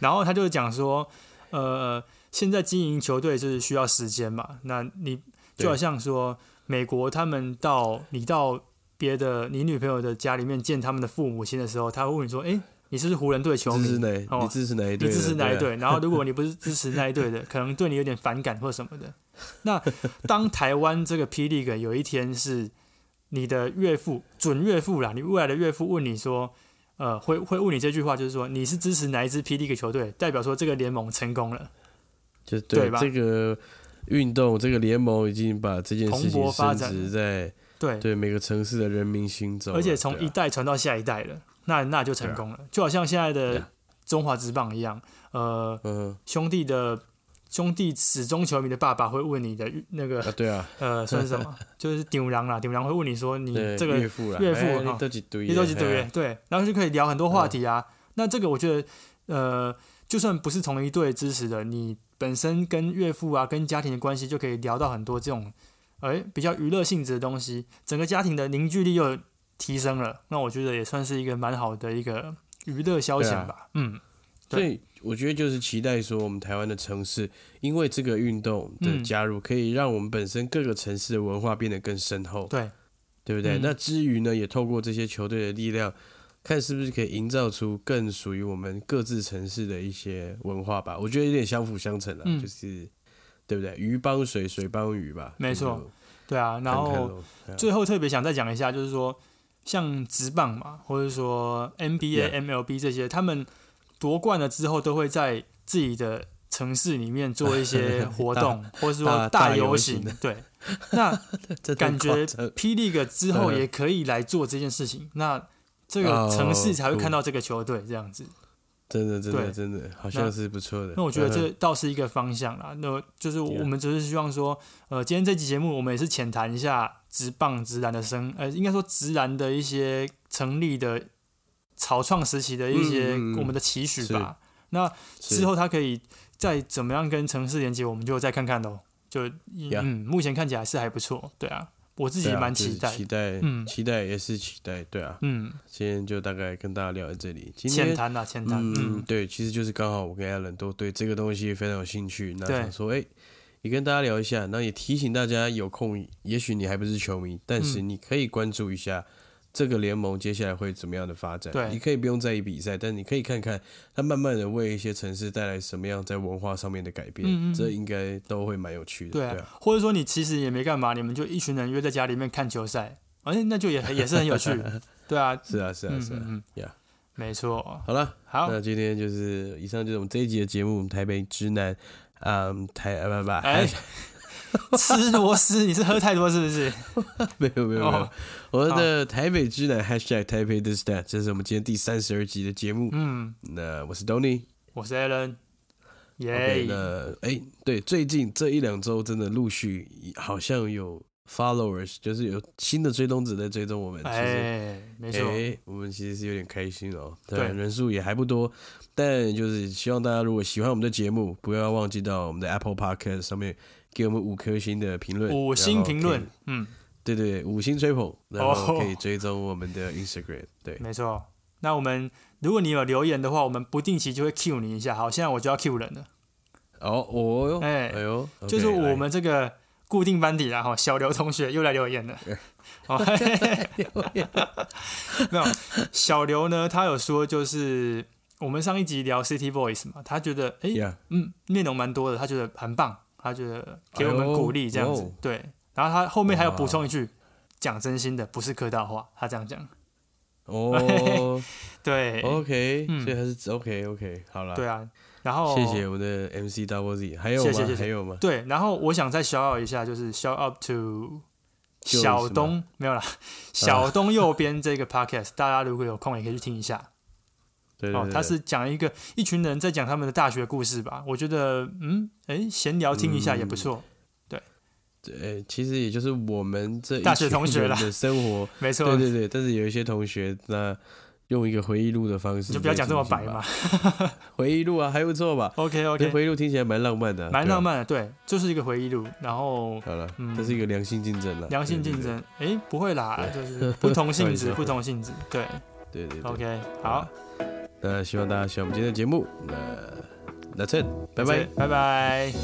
S2: 然后他就讲说，呃，现在经营球队就是需要时间嘛，那你
S1: 对
S2: 就好像说美国他们到你到别的你女朋友的家里面见他们的父母亲的时候，他会问你说，诶，你是不是湖人队球
S1: 支持
S2: 迷？
S1: 哪？
S2: 哦
S1: 你支持哪一
S2: 你
S1: 队的？
S2: 支持哪一
S1: 对啊？
S2: 队？然后
S1: <laughs>
S2: 如果你不是支持那一队的，可能对你有点反感或什么的。那当台湾这个霹雳 e 有一天是你的岳父、准岳父啦，你未来的岳父问你说，呃，会会问你这句话，就是说你是支持哪一支霹雳 e 球队，代表说这个联盟成功了，
S1: 就
S2: 对
S1: 对
S2: 吧
S1: 这个运动，这个联盟已经把这件事
S2: 蓬勃
S1: 情
S2: 发
S1: 升
S2: 展
S1: 值在
S2: 对，
S1: 对每个城市的人民心中啊，
S2: 而且从
S1: 对
S2: 一
S1: 啊
S2: 代传到下一代了，那那就成功了，就好像现在
S1: 对
S2: 的
S1: 啊
S2: 中华职棒一样，呃，
S1: 嗯
S2: 兄弟的兄弟始终球迷的爸爸会问你的那个
S1: 啊对啊，
S2: 呃，算是
S1: <laughs>
S2: 什么？就是顶梁啦，顶梁会问你说你
S1: 对
S2: 这个
S1: 岳父啦，
S2: 岳父
S1: 哎
S2: 哈
S1: 你都几堆啊，
S2: 一周几
S1: 哎
S2: 对不对？对，然后就可以聊很多
S1: 嗯
S2: 话题啊。那这个我觉得，呃，就算不是同一队支持的，你本身跟岳父啊、跟家庭的关系，就可以聊到很多这种，哎，比较娱乐性质的东西，整个家庭的凝聚力又提升了。那我觉得也算是一个蛮好的一个娱乐消
S1: 对啊
S2: 遣吧。嗯，
S1: 所
S2: 对
S1: 以我觉得就是期待说，我们台湾的城市因为这个运动的
S2: 嗯
S1: 加入，可以让我们本身各个城市的文化变得更深厚。
S2: 对，
S1: 对不对？
S2: 嗯
S1: 那之余呢，也透过这些球队的力量，看是不是可以营造出更属于我们各自城市的一些文化吧。我觉得有点相辅相成了，
S2: 嗯
S1: 就是对不对？鱼帮水，水帮鱼吧。
S2: 没错
S1: 就是
S2: 对啊，然
S1: 看看
S2: 后
S1: 咯，对啊
S2: 最后特别想再讲一下，就是说像职棒嘛，或者说 NBA、
S1: Yeah
S2: MLB 这些，他们夺冠了之后都会在自己的城市里面做
S1: <laughs>
S2: 一些活动，或者说
S1: 大
S2: 大
S1: 大
S2: 游
S1: 游
S2: 行
S1: 行。
S2: 对，那
S1: 这太 <laughs>
S2: 感觉
S1: 夸张
S2: P League 之后
S1: 嗯
S2: 也可以来做这件事情，那这个
S1: 哦
S2: 城市才会
S1: 酷
S2: 看到这个球队这样子。
S1: 真的真
S2: 对
S1: 的真的好像是不错的。
S2: 那我觉得
S1: 嗯
S2: 这
S1: 啊
S2: 倒是一个方向啦。那就是我
S1: Yeah
S2: 我们只是希望说，呃，今天这期节目我们也是浅谈一下直棒直男的生，呃，应该说直男的一些成立的草创时期的一些
S1: 嗯嗯嗯
S2: 我们的期许
S1: 是
S2: 吧。那
S1: 是
S2: 之后他可以再怎么样跟城市连接，我们就再看看喽。就
S1: Yeah
S2: 嗯，目前看起来是还不错，对啊，我自己
S1: 对
S2: 也
S1: 啊
S2: 蛮
S1: 就是
S2: 期待的。
S1: 期待，
S2: 嗯
S1: 期待也是期待，对啊。
S2: 嗯，
S1: 今天就大概跟大家聊到这里。今
S2: 浅
S1: 天
S2: 谈啦，浅谈。
S1: 嗯，
S2: 嗯，
S1: 对，其实就是刚好我跟 Allen 都对这个东西非常有兴趣，那
S2: 对
S1: 想说，哎、也跟大家聊一下，那也提醒大家有空，也许你还不是球迷，但是
S2: 嗯
S1: 你可以关注一下这个联盟接下来会怎么样的发展。
S2: 对
S1: 你可以不用在意比赛，但你可以看看它慢慢的为一些城市带来什么样在文化上面的改变，
S2: 嗯嗯嗯
S1: 这应该都会蛮有趣的。
S2: 对
S1: 对
S2: 啊
S1: 啊，，
S2: 或者说你其实也没干嘛，你们就一群人约在家里面看球赛，哎，那就也也是
S1: <laughs>
S2: 很有趣。对啊，
S1: 是啊，是啊，
S2: 嗯
S1: 是啊。
S2: 嗯嗯
S1: Yeah，
S2: 没错。
S1: 好了，
S2: 好，
S1: 那今天就是以上就是我们这一集的节目，我们台北直男，嗯，台啊不不，
S2: 哎， <laughs> 吃螺丝，你是喝太多是不是？
S1: <laughs> 没有没有没有
S2: 哦，
S1: 我们的台北之南 #hashtag 台北 this that，这是我们今天第三十二集的节目。
S2: 嗯，
S1: 那我是 Tony。
S2: 我是 Alan，
S1: OK，
S2: 耶，
S1: 那哎，对，最近这一两周真的陆续好像有 followers，就是有新的追踪者在追踪我们。其实，
S2: 哎，没错，
S1: 哎，我们其实是有点开心哦。
S2: 对
S1: 对，人数也还不多，但就是希望大家如果喜欢我们的节目，不要忘记到我们的 Apple Podcast 上面给我们五颗星的评论，
S2: 五
S1: 然
S2: 星
S1: 后可以
S2: 评论，嗯，
S1: 对对，对五星吹捧，然后
S2: 哦
S1: 可以追踪我们的 Instagram，对，
S2: 没错。那我们如果你有留言的话，我们不定期就会 cue 你一下。好，现在我就要 cue 人了，
S1: 哦，我哟，
S2: 哎
S1: 哎呦，
S2: 就是我
S1: OK，
S2: 们这个固定班底啦，哈，小刘同学又来留言了。哦，嘿嘿嘿哎没有，小刘呢，他有说就是我们上一集聊 City Boys 嘛，他觉得哎、
S1: 来，Yeah，
S2: 嗯，内容蛮多的，他觉得很棒，他觉得给我们鼓励这样子，
S1: 哎呦哇
S2: 对。然后他后面还有补充一句，讲真心的，不是客套话，他这样讲， <laughs>
S1: 哦
S2: 对，
S1: ，OK，
S2: 嗯
S1: 所以还是 OK OK，好了，
S2: 对啊。然后
S1: 谢谢我们的 MC Double Z，还有
S2: 谢谢谢
S1: 吗？
S2: 谢
S1: 还有吗？
S2: 对，然后我想再 shout out 一下，就是 shout out to
S1: 就是
S2: 小
S1: 嘛
S2: 东，没有
S1: <laughs>
S2: 啦，小东右边这个 podcast，大家如果有空也可以去听一下。
S1: 对对
S2: 哦
S1: 对，，
S2: 他是讲一个一群人在讲他们的大学故事吧，我觉得嗯，哎，闲聊听一
S1: 嗯
S2: 下也不错，
S1: 对哎，其实也就是我们这一
S2: 大学
S1: 群
S2: 同学
S1: 人
S2: 啦
S1: 的生活，
S2: 没错，
S1: 对对对，但是有一些同学那。用一个回忆录的方式，
S2: 你就不要讲这么白嘛。。
S1: 回忆录啊，还不错吧？
S2: OK
S1: 这
S2: OK，
S1: 回忆录听起来蛮浪漫的啊，
S2: 蛮
S1: 对啊
S2: 浪。漫的，对，就是一个回忆录，然后
S1: 好了
S2: 嗯，
S1: 这是一个良性竞争了，
S2: 良性
S1: 对
S2: 竞，争，哎，不会啦，
S1: 对
S2: 就是不
S1: <laughs>
S2: 同性
S1: 开玩
S2: 质，
S1: 笑
S2: 不同性质，对
S1: 对对对对对。
S2: ，OK，好，
S1: 那希望大家喜欢我们今天的节目，那 That's it，拜
S2: 拜
S1: 拜。
S2: 拜拜。